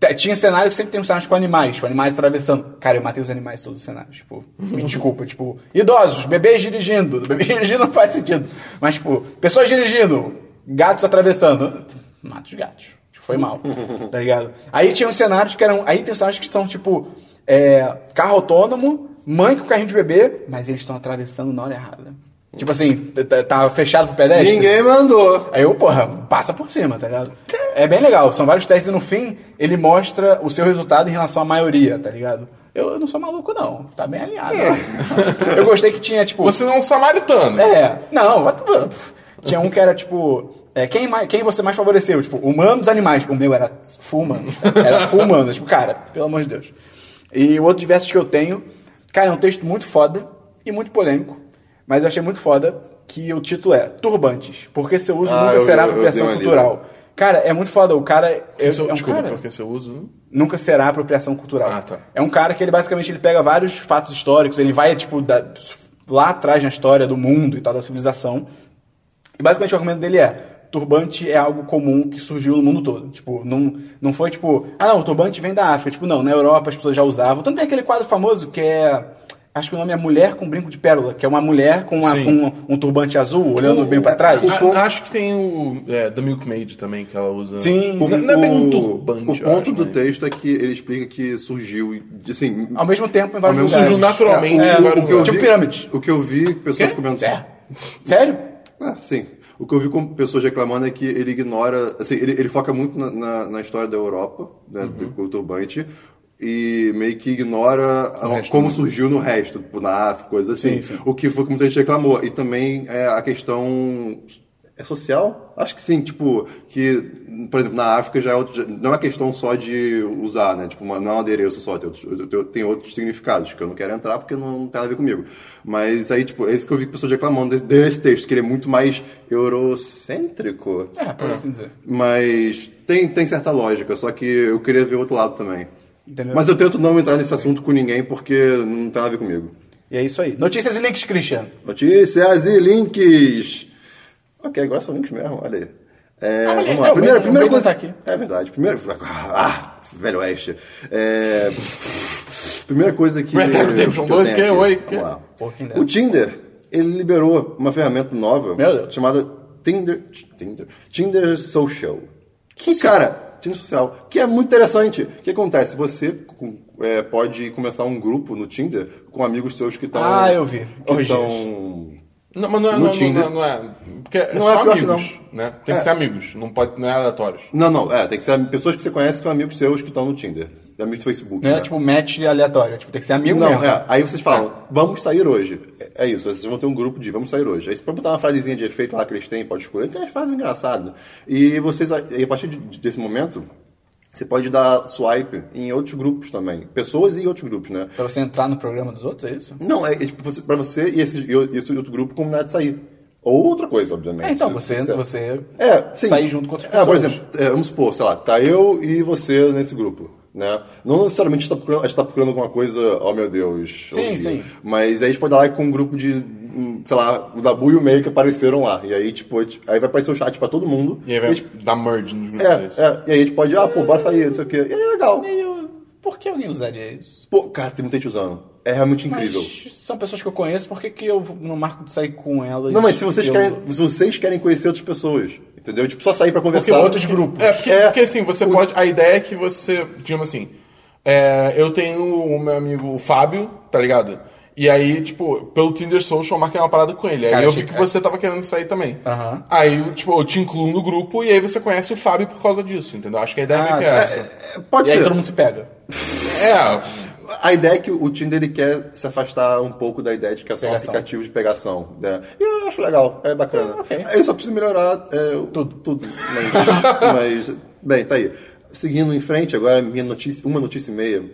t- tinha cenário que sempre tem uns cenários com animais, tipo, animais atravessando. Cara, eu matei os animais em todos os cenários, tipo, me desculpa, tipo, idosos, bebês dirigindo. Bebês dirigindo não faz sentido. Mas, tipo, pessoas dirigindo, gatos atravessando. Mato os gatos. Tipo, Foi mal, tá ligado? Aí tinha uns cenários que eram... Aí tem uns cenários que são, tipo, é, carro autônomo, mãe com carrinho de bebê, mas eles estão atravessando na hora errada. Tipo assim, t- t- tá fechado pro pedestre. Ninguém mandou. Aí eu, porra, passa por cima, tá ligado? É bem legal, são vários testes e no fim ele mostra o seu resultado em relação à maioria, tá ligado? Eu, eu não sou maluco, não. Tá bem alinhado. Eu gostei que tinha, tipo. Você não é um samaritano. É, não, what the- pff. tinha um que era tipo. é, quem, mais, quem você mais favoreceu? Tipo, humanos, animais. O meu era full humano. Era full humano. tipo, cara, pelo amor de Deus. E o outro diversos que eu tenho, cara, é um texto muito foda e muito polêmico, mas eu achei muito foda que o título é Turbantes, porque seu uso Ah, nunca eu- será eu- eu apropriação dei uma cultural. Cara, é muito foda. O cara é, Seu- é um desculpa, cara porque seu uso. né? nunca será apropriação cultural. Ah, tá. É um cara que ele basicamente ele pega vários fatos históricos, ele vai tipo da- lá atrás na história do mundo e tal da civilização. E basicamente o argumento dele é: turbante é algo comum que surgiu no mundo todo. Tipo, não, não foi tipo, ah não, o turbante vem da África. Tipo, não, na Europa as pessoas já usavam. Tanto tem aquele quadro famoso que é Acho que o nome é Mulher com Brinco de Pérola, que é uma mulher com uma- Sim. Ah, um, um turbante azul olhando bem pra trás. Tipo, A- tipo? acho que tem o é, The Milkmaid também, que ela usa. Sim, Não- sim. não é bem um turbante. O eu ponto acho, né? do mas- texto é que ele explica que surgiu, assim... Ao mesmo tempo, em vários mesmo- lugares. Surgiu naturalmente É, em vários o que eu lugares. Tipo pirâmide. O que eu vi pessoas Quê? comentando... É. Sério? Ah, sim. O que eu vi com pessoas reclamando é que ele ignora. Assim, ele, ele foca muito na, na, na história da Europa, Uhum. né, do do turbante, e meio que ignora a- resto como surgiu no resto, tipo, na África, coisas assim. O que foi que muita gente reclamou. E também é, a questão. É social? Acho que sim. Tipo, que, por exemplo, na África já, é outro- já- não é uma questão só de usar, né? Tipo, uma- não é um adereço só, tem outros, tem- tem outros significados que eu não quero entrar porque não, tem nada a ver comigo. Mas aí, tipo, é isso que eu vi pessoas reclamando desse, desse texto, que ele é muito mais eurocêntrico. É, por assim dizer. Mas tem, tem certa lógica, só que eu queria ver o outro lado também. Entendeu? Mas eu tento não entrar nesse assunto com ninguém porque não tem nada a ver comigo. E é isso aí. Notícias e links, Christian. Notícias e links. Ok, agora são links mesmo, olha aí. É, vamos lá. é, primeira, eu primeira vou coisa. tentar aqui. É verdade. Primeiro. Ah, velho oeste. É, primeira coisa que. Red Dead Redemption que eu 2, tenho que é aqui. oi, que- Vamos lá. Fucking O Tinder, ele liberou uma ferramenta nova Meu Deus. chamada Tinder. Tinder. Tinder Social. Que, cara, Tinder Social. Que é muito interessante. O que acontece? Você com- é, pode começar um grupo no Tinder com amigos seus que estão. Ah, eu vi. Que Orgias. estão. Não, mas não é, No não, não, Tinder. não, não é. Porque é Não é só pior que amigos. Né? Tem É. que ser amigos, não, pode, não é aleatórios. Não, não, é, tem que ser pessoas que você conhece com amigos seus que estão no Tinder. Amigos do Facebook. Não é né? tipo match aleatório. Tipo, tem que ser amigo Não, mesmo. é. Aí vocês falam, vamos sair hoje. É- É isso, vocês vão ter um grupo de vamos sair hoje. Aí você pode botar uma frasezinha de efeito lá que eles têm, pode escolher. Tem as frases engraçadas. E vocês, a e a partir de- de- desse momento, você pode dar swipe em outros grupos também. Pessoas e outros grupos, né? Pra você entrar no programa dos outros, é isso? Não, é, é tipo, você- pra você e esse, e o- e esse outro grupo combinar de sair. Ou outra coisa, obviamente. É, então, Se- você, se- você é, sim. sair junto com outras É, por pessoas. exemplo, é, vamos supor, sei lá, tá eu e você nesse grupo, né? Não necessariamente a gente tá procurando, a gente tá procurando alguma coisa, oh meu Deus. Sim, hoje. sim. Mas aí a gente pode dar like com um grupo de, hum, sei lá, o Dabu e o Meio que apareceram lá. E aí, tipo, a gente- aí vai aparecer o chat pra todo mundo. E aí a vai gente- dar merge nos grupos deles. é, é, e aí a gente pode, ah, pô, bora sair, não sei o quê. E aí é legal. Meio- Por que alguém usaria isso? Pô, cara, tem muita gente usando. É realmente incrível. Mas são pessoas que eu conheço, por que, que eu não marco de sair com elas? Não, mas se vocês, Eu- querem, se vocês querem conhecer outras pessoas, entendeu? Tipo, só sair pra Porque conversar. outros grupos. É, porque, É. porque, assim, você pode. A ideia é que você. Digamos assim. é, eu tenho o meu amigo o Fábio, tá ligado? E aí, tipo, pelo Tinder Social eu marquei uma parada com ele. Aí Cara, eu achei- vi que você tava querendo sair também. Aham. Aí, tipo, eu te incluo no grupo e aí você conhece o Fábio por causa disso, entendeu? Acho que a ideia Ah, meio que é tá. essa. É, Pode E aí ser. todo mundo se pega. É. A ideia é que o Tinder ele quer se afastar um pouco da ideia de que é só um Pegação. aplicativo de pegação. Né? E eu acho legal, é bacana. Ah, ok. Eu só preciso melhorar é, tudo. tudo mas, mas, bem, tá aí. Seguindo em frente, agora minha notícia, uma notícia e meia.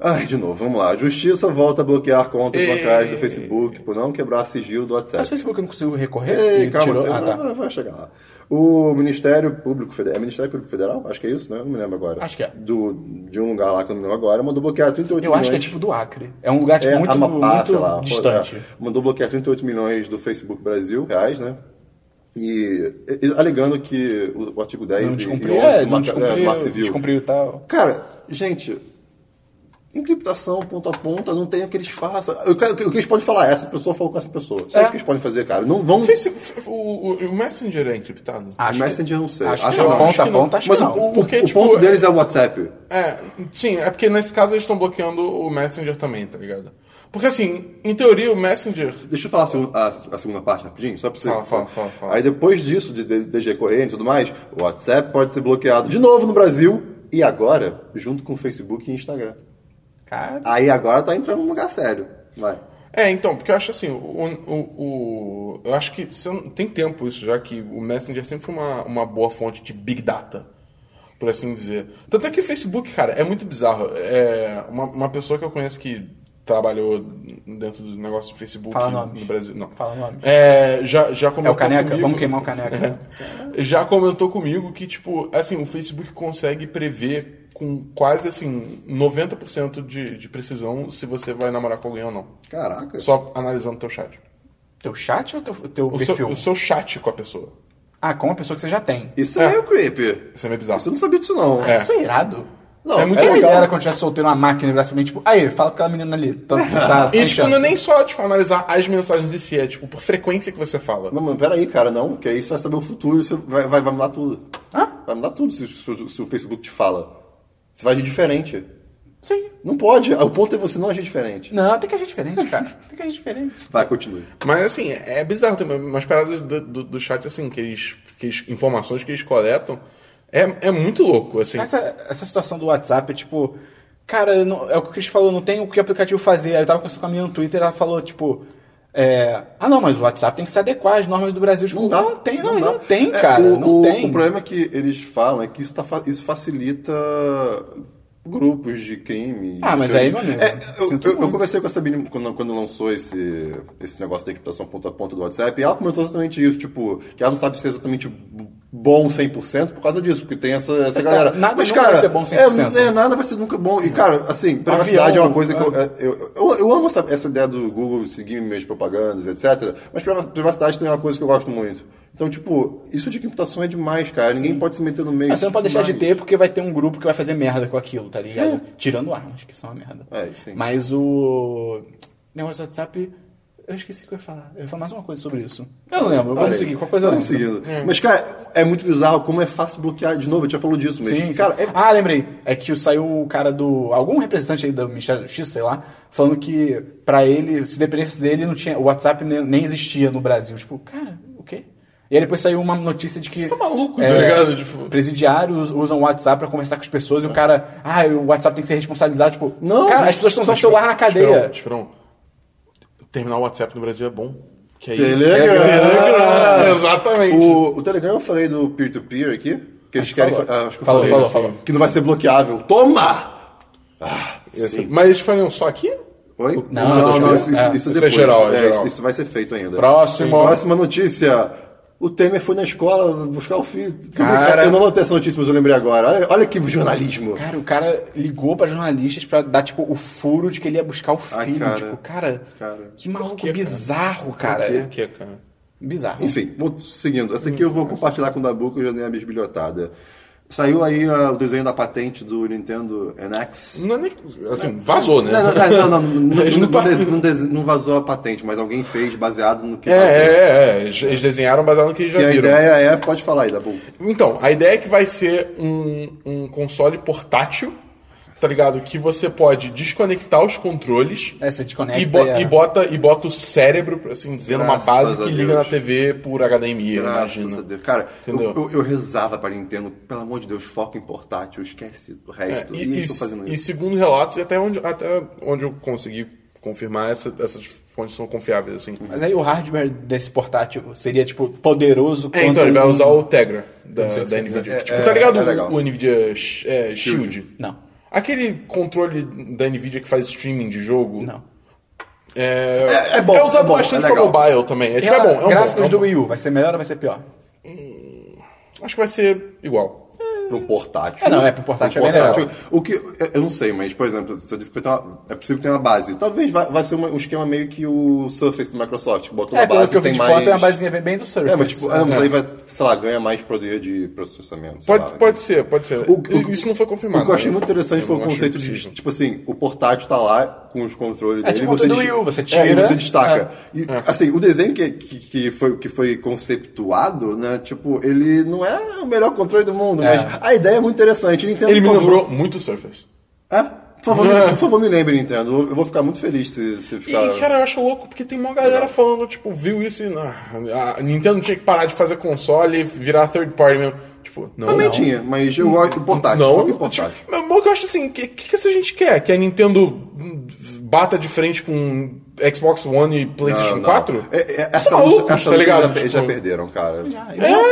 Ai, de novo, vamos lá. A Justiça volta a bloquear contas Ei. bancárias do Facebook por não quebrar sigilo do WhatsApp. Mas o Facebook eu não consigo recorrer? Ei, e calma, tirou... tem- Ah, tá. vai, vai chegar lá. O Ministério Público Federal. É Ministério Público Federal? Acho que é isso, né? Não me lembro agora. Acho que é. Do, de um lugar lá que eu não me lembro agora, mandou bloquear 38 Eu milhões. acho que é tipo do Acre. É um lugar tipo, É, muito, Amapá, muito sei lá, pô, distante. é. mandou bloquear 38 milhões do Facebook Brasil, reais, né? E, e- alegando que o, o artigo 10 Não e, e descumpriu, 11 é, do, não Marco- é, do descumpriu, Marco Civil. descumpriu e tal. Cara, gente, encriptação ponta a ponta, não tem o que eles façam. O que, o que eles podem falar? é, Essa pessoa falou com essa pessoa. Só É. isso que eles podem fazer, cara. Não vão... O, Facebook- o, o- o Messenger é encriptado? Acho que- Messenger eu não sei. Acho que Acho não. que não. Ponta Acho a que não. ponta, acho que Mas não. o, o- Porque, o tipo, ponto deles é o WhatsApp. É, sim, é porque nesse caso eles estão bloqueando o Messenger também, tá ligado? Porque assim, em teoria o Messenger Deixa eu falar a, segun- a- a segunda parte rapidinho, só pra você. Fala, fala, fala, fala. Aí depois disso, de, de, DG corrente e tudo mais, o WhatsApp pode ser bloqueado de novo no Brasil e agora, junto com o Facebook e Instagram. Cara, Aí agora tá entrando num lugar sério. Vai. É, então, porque eu acho assim, o, o, o- eu acho que se eu não- tem tempo isso já que o Messenger sempre foi uma, uma boa fonte de big data. por assim dizer. Tanto é que o Facebook, cara, é muito bizarro. É uma, uma pessoa que eu conheço que trabalhou dentro do negócio do Facebook Fala no nomes. Brasil. Não. Fala nomes. É, já, já É comentou o caneca? comigo- Vamos queimar o caneca. né? já comentou comigo que, tipo, assim, o Facebook consegue prever com quase, assim, 90% de, de precisão se você vai namorar com alguém ou não. Caraca. Só analisando teu chat. Teu chat ou teu, teu O perfil? seu, o seu chat com a pessoa. Ah, com a pessoa que você já tem. Isso é, É. meio creepy. Isso é meio bizarro. Você não sabia disso, não. É. Isso é irado. Não, É muito Quem me legal. dera quando tivesse solteiro uma máquina e virasse pra mim, tipo, aí, fala com aquela menina ali. Tá, tá, E, tem tipo, não é chance. nem só, tipo, analisar as mensagens em si, é, tipo, por frequência que você fala. Não, mano, peraí, cara, não, porque aí você vai saber o futuro, você vai, vai, vai mudar tudo. Vai mudar tudo se, se- se o Facebook te fala. Você vai agir diferente. Sim. Não pode, o ponto é você não agir diferente. Não, tem que agir diferente, cara. Tem que agir diferente. Vai, continue. Mas, assim, é bizarro também. Umas paradas do, do, do chat, assim, que eles, que eles... Informações que eles coletam é, é muito louco, assim. Essa, essa situação do WhatsApp é tipo. Cara, não- é o que o Chris falou, não tem o que o aplicativo fazer. Aí eu tava conversando com a menina no Twitter, ela falou, tipo. é, ah, não, mas o WhatsApp tem que se adequar às normas do Brasil. Tipo, não, tem, não, dá. não tem, É, cara. o, não o- tem. o problema que eles falam é que isso, tá fa- isso facilita grupos de crime. Ah, de mas terrorismo. aí, meu amigo, É, eu, sinto eu- eu muito. conversei com essa menina quando, quando lançou esse, esse negócio da encriptação ponta a ponta do WhatsApp, e ela comentou exatamente isso, tipo, que ela não sabe se é exatamente bom 100% por causa disso, porque tem essa, essa É, tá, galera. nada mas, nunca cara, vai ser bom 100%. É, é, nada vai ser nunca bom. E, cara, assim, privacidade é uma coisa que eu, é. eu, eu, eu amo essa, essa ideia do Google seguir minhas propagandas, etc. Mas priva- privacidade tem uma coisa que eu gosto muito. Então, tipo, isso de encriptação é demais, cara. Ninguém pode se meter no meio. Ah, você não pode deixar de demais. ter porque vai ter um grupo que vai fazer merda com aquilo, tá ligado? Tirando armas, que são uma merda. É, sim. Mas o negócio do WhatsApp, eu esqueci o que eu ia falar. Eu ia falar mais uma coisa sobre isso. Eu não lembro, Olha aí. vamos seguir, qualquer coisa eu Vamos lembro. seguindo. Mas, cara, é muito bizarro como é fácil bloquear. De novo, eu já falou disso, mas, Sim, cara, é Ah, lembrei. É que saiu o cara do. Algum representante aí do Ministério da Justiça, sei lá, falando que pra ele, se dependesse dele, não tinha, o WhatsApp ne- nem existia no Brasil. Tipo, cara, o quê? E aí depois saiu uma notícia de que. é, Você tá maluco, tá ligado? Tipo- É. Presidiários usam o WhatsApp pra conversar com as pessoas e o cara. Ah, o WhatsApp tem que ser responsabilizado. Tipo, Não, Cara, as pessoas estão usando o tipo, celular na cadeia. Esperão, esperão. é um- Terminar o WhatsApp no Brasil é bom. Que aí... É Telegram. Telegram, Exatamente. O, o Telegram eu falei do peer-to-peer aqui. Que eles Acho que querem. falou. fa- ah, acho que eu Falou, falei, falou, sim. falou. Que não vai ser bloqueável. Toma! Ah, Esse- sim. Mas eles fariam só aqui? Oi? Não, não, não, isso, isso- é. isso Isso é depois. geral, é É, geral. Isso, isso vai ser feito ainda. Próximo. Próxima notícia. O Temer foi na escola buscar o filho. Tudo- Cara. Eu não notei essa notícia, mas eu lembrei agora. Olha, olha que jornalismo. Cara, o cara ligou pra jornalistas pra dar, tipo, o furo de que ele ia buscar o Ai, filho. cara. Tipo, cara, Cara. que maluco quê, cara? bizarro, Por cara. quê, cara? Bizarro. Enfim, vou seguindo. Essa aqui eu vou compartilhar com o Dabu, que eu já dei a bisbilhotada. Saiu aí ah, o desenho da patente do Nintendo NX. Não é nem... Assim, vazou, né? Não, não, tá. não, não, não, Eles não, não não, pa- des- não des- não vazou a patente, mas alguém fez baseado no que É, vazou. é, é, é. Eles eles desenharam baseado no que eles já Que a viram. ideia é, pode falar aí, Dabu. Então, a ideia é que vai ser um, um console portátil, tá ligado? Que você pode desconectar os controles. É, você desconecta E, bo- e a- e bota, e bota o cérebro, por assim dizer, numa Graças base a que liga na Deus. TV por HDMI, eu Graças a imagino. Deus. Cara, eu, Entendeu? eu, eu rezava pra Nintendo, pelo amor de Deus, foca em portátil, esquece o É, resto. e, e, e- estou fazendo e isso. segundo relatos, e até onde, até onde eu consegui confirmar, essa- essas fontes são confiáveis, assim. Mas aí o hardware desse portátil seria, tipo, poderoso É, então ele vai um- usar o Tegra da, sei o que da você Nvidia. quer dizer. tipo, É, tá ligado é o- legal. o Nvidia Sh- é, Shield? Não. Aquele controle da Nvidia que faz streaming de jogo? Não. É, É- é bom, usado é bom, bastante é pra legal. mobile também. É, tipo, E é a- bom, é um gráficos bom, é um do bom. Wii U, vai ser melhor ou vai ser pior? Acho que vai ser igual. Pro Tá. portátil. É, não, é, pro portátil é O que, eu- eu não sei, mas, por exemplo, você disse que tem uma, é possível que tenha uma base. Talvez vai, vai ser uma- um esquema meio que o Surface da Microsoft, que botou É, uma pelo base que eu vi tem de mais... foto, é uma basinha bem do Surface. É, mas tipo, é, mas aí vai, sei lá, ganha mais poder de processamento. sei lá. Pode, pode ser, pode ser. O- o- Isso não foi confirmado. O que eu achei né? muito interessante Eu foi o não achei conceito de, possível. tipo assim, o portátil tá lá com os controles É dele. tipo e o do des- Wii U, você É, tira, É. e você destaca. E, É. assim, o desenho que, que, que foi, que foi conceptuado, né, tipo, ele não é o melhor controle do mundo, É. mas a ideia é muito interessante. Nintendo, Ele me por favor- lembrou muito o Surface. É? Por favor, me, por favor, me lembre, Nintendo. Eu eu vou ficar muito feliz se, se E, ficar... cara, eu acho louco, porque tem uma galera falando, tipo, viu isso e. ah, a Nintendo tinha que parar de fazer console e virar third party mesmo. Tipo, não. Também não. tinha, mas eu gosto de portátil. foco em Não, portátil. tipo, mas bom que eu acho assim, o que, que, que essa gente quer? Que a Nintendo hum, bata de frente com Xbox One e PlayStation Não, não. 4? É, é, essa São luta, malucos, essa tá luta ligado? já pe- Já, Tipo- perderam, cara. Não é o foco, eles, nem é o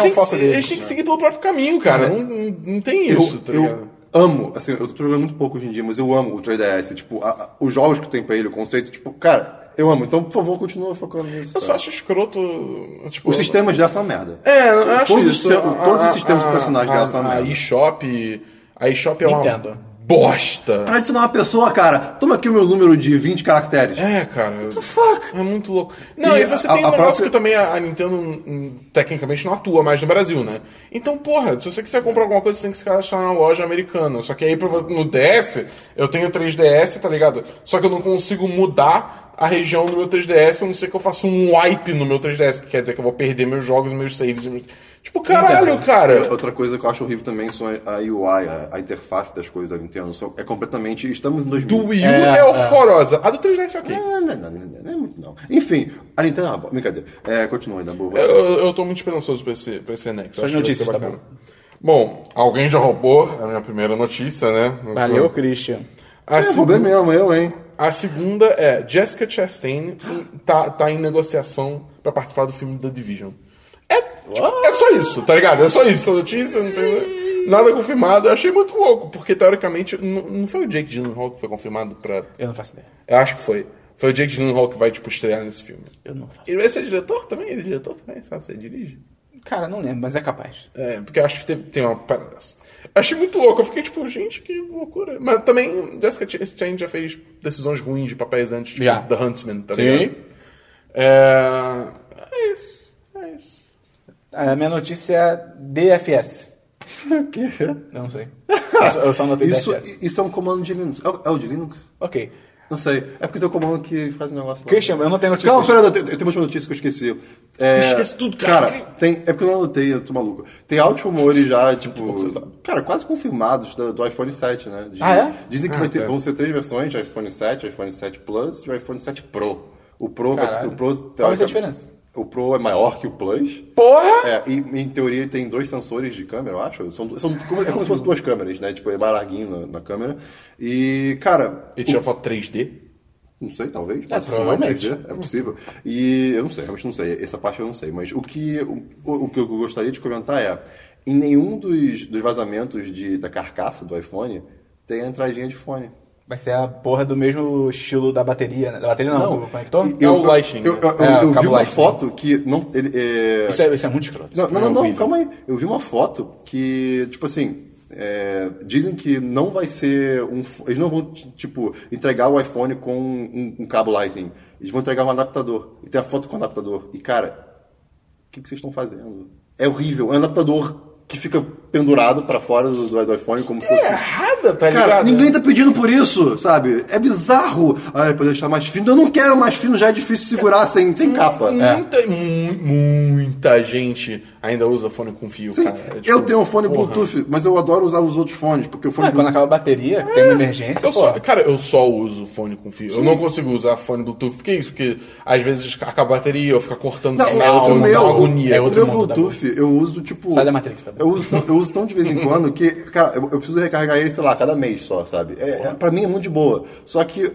um têm foco que, se- deles, eles têm que seguir pelo próprio caminho, cara. Não, não, não tem isso, tá né? É. eu, ligado? eu amo, assim, eu tô jogando muito pouco hoje em dia, mas eu amo o 3DS. Tipo, a- a- os jogos que tem pra ele, o conceito, tipo, cara, eu amo. Então, por favor, continua focando nisso. Eu só sabe? acho escroto. Tipo, Os sistemas dela são uma merda. É, eu acho Todos os isso. sistemas- A- todos os a- sistemas a- de personagens dela são uma A merda. eShop. A eShop é Nintendo. uma bosta. Pra adicionar uma pessoa, cara, toma aqui o meu número de 20 caracteres. É, cara. Fuck! É muito louco. Não, E e, você a- tem a um negócio própria- que também a a Nintendo hum, tecnicamente não atua mais no Brasil, né? Então, porra, se você quiser comprar alguma coisa, você tem que se cadastrar na loja americana. Só que aí pra vo- no DS, eu tenho 3DS, tá ligado? Só que eu não consigo mudar a região do meu 3DS, a não ser que eu faça um wipe no meu 3DS, que quer dizer que eu vou perder meus jogos, meus saves. meus- Tipo, caralho, É, cara. Outra coisa que eu acho horrível também são a UI, a, a interface das coisas da Nintendo. São- é completamente. Estamos em 2000. Do Wii U é, horrorosa. A do 3DS é ok. Não, não, não, não, não, não é muito não. Enfim, a Nintendo é uma bo- Brincadeira. É, continua ainda, boa. Eu, Você. eu- eu tô muito esperançoso pra esse, pra esse anexo. Suas Acho que vai notícias, ser tá bacana. Bom, alguém já roubou a minha primeira notícia, né? Valeu, Christian. A, É, seg- roubei mesmo, eu, hein? a segunda é Jessica Chastain tá, tá em negociação pra participar do filme The Division. É, tipo, é só isso, tá ligado? É só isso. A notícia, não tem nada confirmado. Eu achei muito louco, porque teoricamente não, não foi o Jake Gyllenhaal que foi confirmado pra... Eu não faço ideia. Eu acho que foi. Foi o Jake Gyllenhaal que vai, tipo, estrear nesse filme. Eu não faço Ele vai ser diretor também? Ele é diretor também, sabe? Você dirige? Cara, não lembro, mas é capaz. É, porque eu acho que teve, tem uma parada dessa. Achei muito louco, eu fiquei tipo, gente, que loucura. Mas também, Jessica Chastain já fez decisões ruins de papéis antes, tipo, Já. The Huntsman, tá Sim. ligado? É... é isso, é isso. A minha notícia é DFS. O quê? Eu não sei. Eu só- Eu só anotei Isso, DFS. isso é um comando de Linux. É o, é o de Linux? Ok. Não sei. É porque tem um comando que faz um negócio. lá. Christian, eu não tenho notícia. Calma, pera, eu tenho eu tenho uma última notícia que eu esqueci. É, Esquece tudo, cara. tem, é porque eu não anotei, eu tô maluco. Tem altos rumores já, tipo. Cara, quase confirmados do, do iPhone 7, né? De- Ah, é? Dizem que vai ter- vão ser três versões: iPhone 7, iPhone 7 Plus e o iPhone 7 Pro. O Pro, vai, Caralho. o Pro Qual vai ser a diferença? O Pro é maior que o Plus. Porra! É, e em teoria ele tem dois sensores de câmera, eu acho. São, du- são, como- é como se fossem duas câmeras, né? Tipo, é mais larguinho na, na câmera. E, cara. E o- tira foto 3D? não sei, talvez. É, Mas se for uma provavelmente. 3D, É possível. E eu não sei, realmente não sei. Essa parte eu não sei. Mas o que, o, o que eu gostaria de comentar é: em nenhum dos, dos vazamentos de, da carcaça do iPhone tem a entradinha de fone. Vai ser a porra do mesmo estilo da bateria, né? Da bateria não, do conector? E- É o Lightning, Eu, eu, eu- né? É, o eu vi cabo uma Lightning. foto que. Não, ele, é- Isso é, isso é muito escroto. Não, não, É não, não, horrível. calma aí. Eu vi uma foto que, tipo assim, é, dizem que não vai ser um. f- Eles não vão, t- tipo, entregar o iPhone com um, um cabo Lightning. Eles vão entregar um adaptador. E tem a foto com o adaptador. E, cara, o que, que vocês estão fazendo? É horrível. É um adaptador que fica pendurado pra fora do, do- do iPhone como se fosse. um Errada, tá ligado? Cara, ninguém tá pedindo por isso, sabe? É bizarro. Ah, depois deixar mais fino. Eu não quero mais fino, já é difícil segurar sem, sem capa. Muita, É. mu- muita gente ainda usa fone com fio, Sim, cara. É tipo, eu tenho um fone porra. Bluetooth, mas eu adoro usar os outros fones, porque o fone. Ah, quando acaba a bateria, que tem É, uma emergência, Eu pô. só, cara, eu só uso fone com fio. Eu não consigo usar fone Bluetooth, porque é isso, porque às vezes acaba a bateria, eu fico cortando Não, sinal, o me dá meu, É uma agonia. é Eu- o meu mundo, tá Bluetooth, eu uso tipo. Sai da Matrix, tá bom. eu uso, tão- eu uso tão de vez em quando que, cara, eu, eu preciso recarregar ele, sei lá, cada mês só, sabe? É, é, pra mim é muito de boa. Só que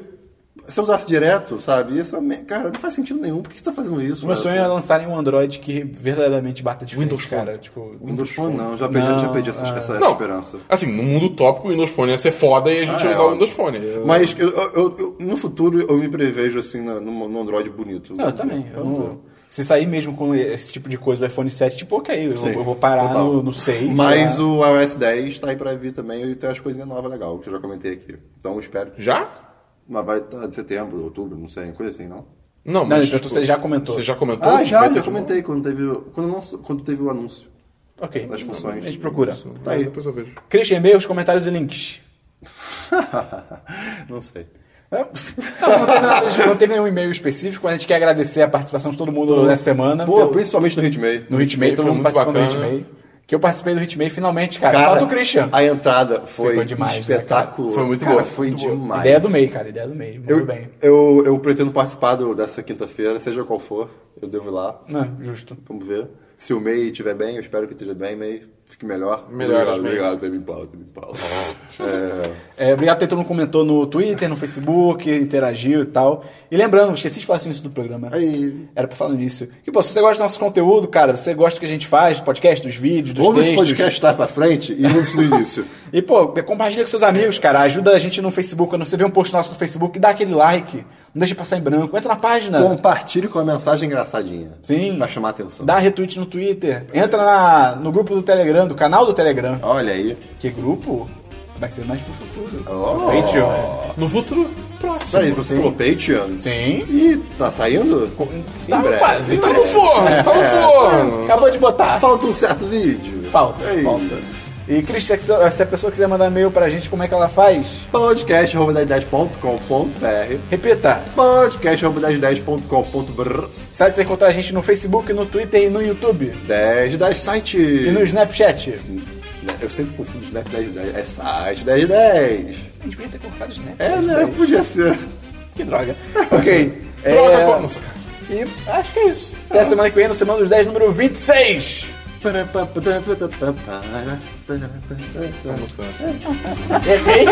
se eu usasse direto, sabe? Isso, é me- cara, não faz sentido nenhum. Por que você tá fazendo isso? O meu cara? sonho é lançarem um Android que verdadeiramente bata de frente, Windows Phone. cara. Tipo, Windows Phone, não, já perdi, já perdi é. essa, essa Não. esperança. Assim, no mundo utópico, o Windows Phone ia ser foda e a gente Ah, ia é, usar o óbvio. Windows Phone. Mas eu- eu- eu- eu- no futuro eu me prevejo assim na- num, num Android bonito. Não, É, eu também. Eu Vamos ver. não... Se sair mesmo com esse tipo de coisa do iPhone 7, tipo, ok, eu, Sim, eu vou parar total. no, né? no 6. Mas sei lá. o iOS 10 tá aí pra vir também e tem umas coisinhas novas legal que eu já comentei aqui. Então eu espero. Já? Mas vai estar de setembro, outubro, não sei, coisa assim, não? Não, Não, mas... então tipo, você já comentou. Você já comentou? Ah, que já, vai ter já de novo? comentei quando teve, o- quando, lançou- quando teve o anúncio. Ok, das funções. a gente procura. Tá aí. Depois eu vejo. Christian, e-mails, comentários e links. não sei. É. Não, teve nada- não teve nenhum e-mail específico, mas a gente quer agradecer a participação de todo mundo nessa semana. Pô, principalmente no Hitmail. no Hitmail, Hitmail todo foi mundo muito participando do bacana. Hitmail. Que eu participei do Hitmail finalmente, cara. Falta o Christian. A entrada foi Ficou demais, né, espetacular. cara? Foi muito Cara, boa. Foi Muito boa. demais. Ideia do meio, cara. Ideia do meio. Muito eu, bem. eu, eu pretendo participar do- dessa quinta-feira, seja qual for. Eu devo ir lá. Não, Ah, justo. Vamos ver. Se o May estiver bem, eu espero que esteja bem, May. Fique melhor. Melhoras, obrigado, May. obrigado, Teve Impala, Teve Impala. é, É, obrigado a todo mundo que comentou no Twitter, no Facebook, interagiu e tal. E lembrando, esqueci de falar isso no início do programa. Aí. Era pra falar nisso. Que, pô, se você gosta do nosso conteúdo, cara, você gosta do que a gente faz, do podcast, dos vídeos, dos ouve esse textos. podcast tá pra frente e ouve isso no início. E, pô, compartilha com seus amigos, cara. Ajuda a gente no Facebook. Quando você vê um post nosso no Facebook, dá aquele like. Não deixa passar em branco. Entra na página. Compartilhe com a mensagem engraçadinha. Sim. Pra chamar a atenção. Então, Dá retweet no Twitter. Entra na- no grupo do Telegram, do canal do Telegram. Olha aí. Que grupo? Vai ser mais pro futuro. Oh. Patreon. No futuro Isso próximo. aí, você falou Patreon. Sim. Ih, tá saindo? Tá em breve. quase. É. Tá no forno, tá no forno. Acabou de botar. Falta um certo vídeo. Falta, Ei. falta. E, Cris, se a se a pessoa quiser mandar e-mail pra gente, como é que ela faz? podcast.com.br Repita. podcast.com.br Sabe você encontrar a gente no Facebook, no Twitter e no YouTube. 10 10 site. E no Snapchat. Sna- Eu sempre confundo Snap 10 10. É site 10 10. A gente podia ter colocado Snapchat. É, né? Podia ser. Que droga. Ok. É, Droga, pô, nossa, cara. E acho que é isso. Até semana que vem, no Semana dos 10, número 26. Música, né? Errei.